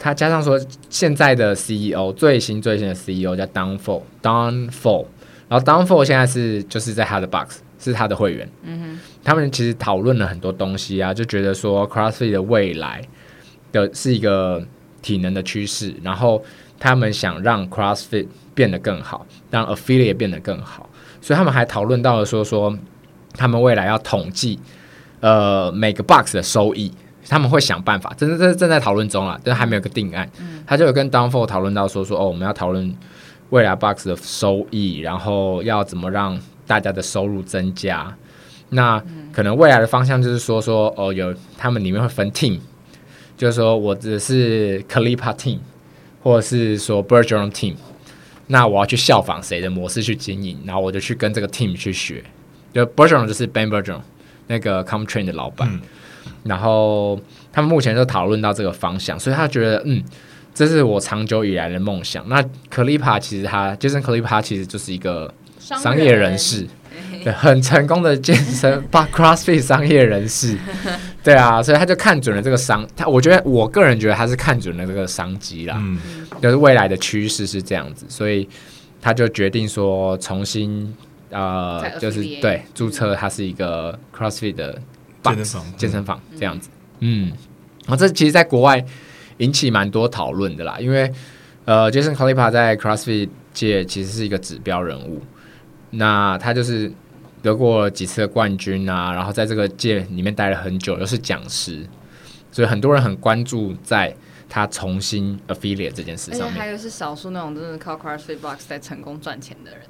他加上说现在的 CEO 最新最新的 CEO 叫 Don f o Don f o 然后 Don f o 现在是就是在他的 Box 是他的会员，嗯他们其实讨论了很多东西啊，就觉得说 CrossFit 的未来的是一个体能的趋势，然后他们想让 CrossFit 变得更好，让 Affiliate 变得更好，所以他们还讨论到了说说他们未来要统计呃每个 box 的收益，他们会想办法，正正正在讨论中啦，但是还没有个定案。他就有跟 Downfall 讨论到说说哦，我们要讨论未来 box 的收益，然后要怎么让大家的收入增加。那可能未来的方向就是说说哦，有他们里面会分 team，就是说我只是 Clipa team，或者是说 Bergeron team，那我要去效仿谁的模式去经营，然后我就去跟这个 team 去学。就 Bergeron 就是 Ben Bergeron 那个 Comtrain 的老板，嗯然后他们目前就讨论到这个方向，所以他觉得嗯，这是我长久以来的梦想。那 Clipa 其实他 Jason Clipa 其实就是一个商业人士，对，很成功的健身 把 CrossFit 商业人士，对啊，所以他就看准了这个商，他我觉得我个人觉得他是看准了这个商机啦，嗯，就是未来的趋势是这样子，所以他就决定说重新呃在，就是 affiliate 对注册它是一个 CrossFit 的 box, 嗯健身房健身房这样子。嗯，然后这其实在国外引起蛮多讨论的啦，因为呃，Jason Calipa 在 CrossFit 界其实是一个指标人物，那他就是得过几次的冠军啊，然后在这个界里面待了很久，又是讲师，所以很多人很关注在他重新 affiliate 这件事而且上面还。有是少数那种真的靠 CrossFit Box 在成功赚钱的人，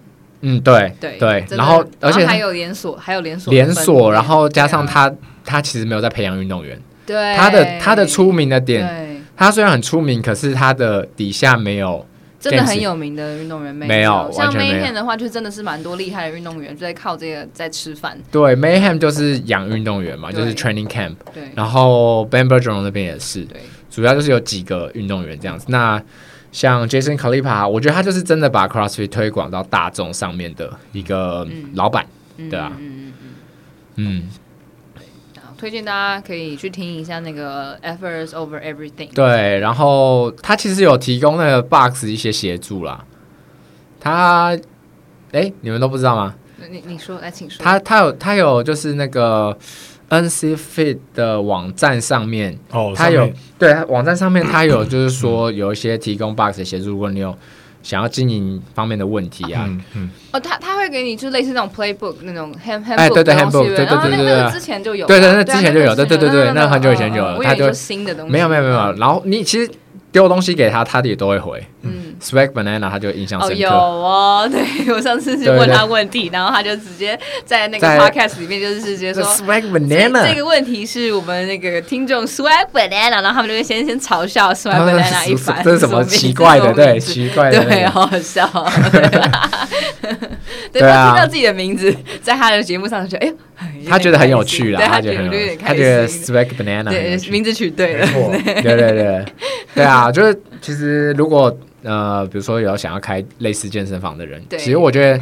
嗯，对对真的然后而且还有连锁，还有连锁连分锁，店然后加上对啊他，他其实没有在培养运动员。对他的他的出名的点，对，他虽然很出名，可是他的底下没有真的 Games- 很有名的运动员没没有完像全没有 Mayhem 的话，就真的是蛮多厉害的运动员就在靠这个在吃饭，对 Mayhem 就是养运动员嘛，就对是 training camp，对然后 Ben Bergeron 那边也是，对，主要就是有几个运动员这样子。那像 Jason Kalipa，我觉得他就是真的把 CrossFit 推广到大众上面的一个嗯老板，嗯对啊嗯嗯嗯嗯，嗯好推荐大家可以去听一下那个 Efforts Over Everything，对，然后他其实有提供那个 Box 一些协助啦，他，哎，你们都不知道吗？你你说来，请说，他他有他有就是那个 NC Fit 的网站上面，哦，他上有面对它网站上面他有就是说有一些提供 Box 的协助，如果你有想要经营方面的问题啊，嗯嗯，哦，他他会给你就类似那种 playbook 那种 hand handbook，哎对对的东西 handbook，对对然后那个对对对那个之前就有嘛，对对那啊之前就有对对对对那很久以前就有了嗯我以他为就就新的东西，没有没有没有，，然后你其实丢东西给他，他也都会回。嗯。 Swag Banana 他就印象哦，深刻，有哦， 对我上次是对问对他问题，然后他就直接在那个在 podcast 里面就是直接这说。 Swag 这 Banana 这个问题是我们那个听众 swag banana，然后他们就会先先嘲笑 swag banana 一番，这是什么名字奇怪的？什么对，名字奇怪的那对，个。好好笑哦。 对，对他啊听到自己的名字在他的节目上，就觉得哎呦，哎他觉得很有趣啦，对他他觉得很有有点趣，他开觉得心 Swag Banana 很有对趣名字取对没了，错，对对 对，对啊，就是其实如果呃，比如说有想要开类似健身房的人，对其实我觉得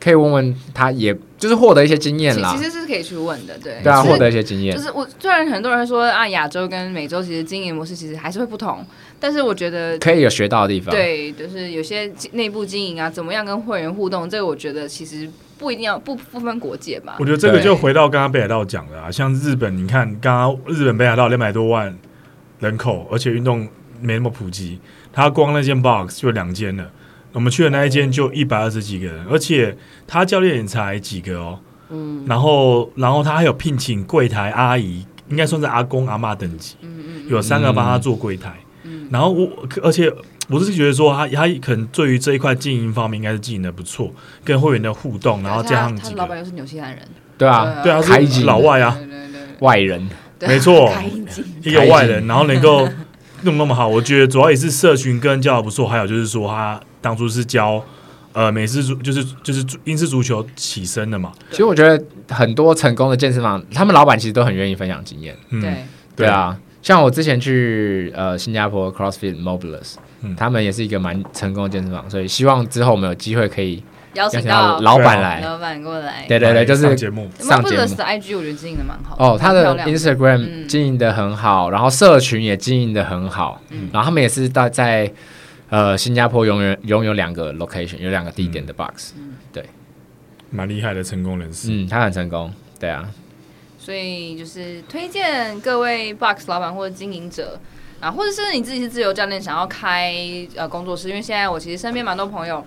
可以问问他也，就是获得一些经验其啦其，实是可以去问的，对，对啊，就是获得一些经验就，是我虽然很多人会说啊，亚洲跟美洲其实经营模式其实还是会不同，但是我觉得可以有学到的地方。，对，就是有些经内部经营啊，怎么样跟会员互动，这个我觉得其实不一定要不不分国界吧我。觉得这个对就回到刚刚北海道讲的啊，像日本，你看刚刚日本北海道两百多万人口，而且运动没那么普及，他光那间 box 就两间了，我们去的那一间就一百二十几个人，而且他教练也才几个哦，嗯然后然后他还有聘请柜台阿姨，应该算是阿公阿嬷等级，嗯嗯有三个帮他做柜台，嗯然后我而且我是觉得说他他可能对于这一块经营方面应该是经营的不错，跟会员的互动，嗯，然后他加上他几老个板又是纽西兰人，对呃啊，对啊开机是老外啊。对对对外人对，没错开机一个外人，然后 能够弄那么好，我觉得主要也是社群跟教的不错，还有就是说他当初是教呃美式足，就是就是英式足球起身的嘛，其实我觉得很多成功的健身房，他们老板其实都很愿意分享经验。嗯，对，对啊，像我之前去呃新加坡 CrossFit Mobilus，、嗯他们也是一个蛮成功的健身房，所以希望之后我们有机会可以邀邀请请到到老对啊板来。老板过来。对对对，来就是上节目，上节 Mobilus 目的 IG 我觉得经营的蛮好的哦，他蛮漂的亮 Instagram 嗯经营的很好，然后社群也经营的很好，嗯然后他们也是到在呃新加坡拥有拥有两个 location，有两个地点的 box，嗯蛮厉害的成功人士。嗯，他很成功，对啊，所以就是推荐各位 Box 老板或者经营者啊，或者是你自己是自由教练，想要开呃工作室，因为现在我其实身边蛮多朋友。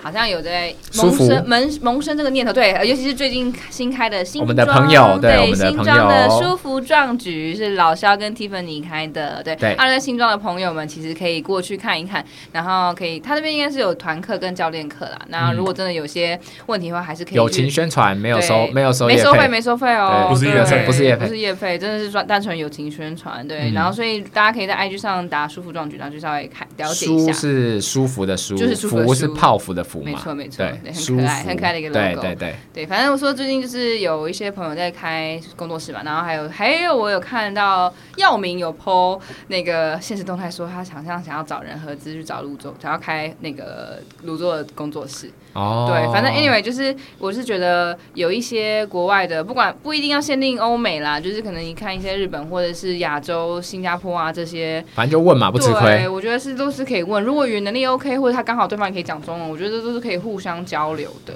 好像有在萌舒服生萌萌生这个念头，对，呃尤其是最近新开的新我们的庄朋友对对我们的新朋庄的友舒服壮举是老肖跟 Tiffany 开的，对，对他在新庄的朋友们其实可以过去看一看，然后可以他那边应该是有团课跟教练课啦，那嗯如果真的有些问题的话，还是可以友去情宣传没有收对没有收没业收费，费，没收费哦，对不是对业费不是业费不是业费，真的是专单纯友情宣传。对，嗯然后所以大家可以在 IG 上打“舒服壮举”，然后去稍微看了解一舒下。是舒服的舒，就是舒服的服舒是泡芙的服没嘛，错没错对，对很可舒服爱很可爱的一个对 logo 对对，对，反正我说最近就是有一些朋友在开工作室嘛，然后还有还有我有看到耀明有 PO 那个现实动态说他想象想要找人合资去找泸州，想要开那个泸州的工作室。哦，对，反正 anyway 就是，我是觉得有一些国外的，不管不一定要限定欧美啦，就是可能你看一些日本或者是亚洲、新加坡啊这些，反正就问嘛，不吃对，亏，我觉得是都是可以问，如果语言能力 OK，或者他刚好对方也可以讲中文，我觉得这都是可以互相交流的。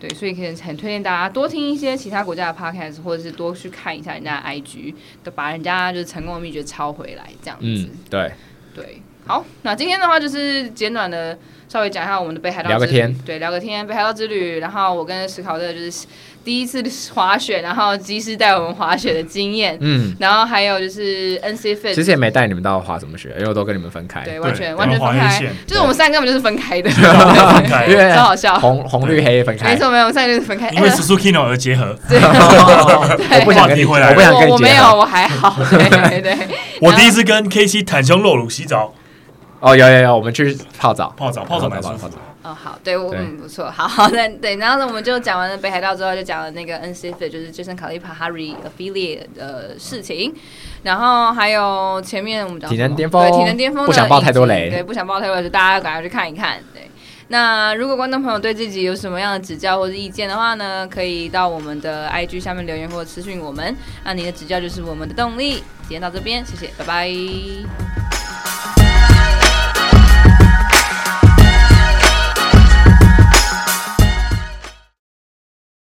对，所以可以很推荐大家多听一些其他国家的 podcast，或者是多去看一下人家的 IG，都把人家就是成功的秘诀抄回来这样子。嗯，对，对，好，那今天的话就是简短的稍微讲一下我们的北海道聊个之旅天，对，聊个天北海道之旅。然后我跟史考特就是第一次滑雪，然后及时带我们滑雪的经验，嗯，然后还有就是 NC 其 Fit。实也没带你们到滑什么雪，因为我都跟你们分开，对，对完全我完们全划分一开线，就是我们三个根本就是分 开的，啊分开因，为超好笑。啊红红绿黑分开没，错，没有，我们三个就是分开。 因为 Suzuki 而结合。对， 我不想跟你，话题回来我不想跟我你我没结有，合。我还好。对对对，我第一次跟 K C 袒胸露乳洗澡哦，有有有，我们去泡澡，泡澡，泡澡蛮泡舒泡服澡的。。哦，好，对我对嗯不错，好好那对，然后呢，我们就讲完了北海道之后，就讲了那个 N C F 就是 Jason k a l i p a h a r i affiliate 的事情，然后还有前面我们讲体能什么巅峰对体能巅峰的不想爆太多雷影集对，不想爆太多雷，就大家赶快去看一看，对。那如果观众朋友对自己有什么样的指教或者意见的话呢，可以到我们的 IG 下面留言或者私讯我们。那你的指教就是我们的动力。今天到这边，谢谢，拜拜。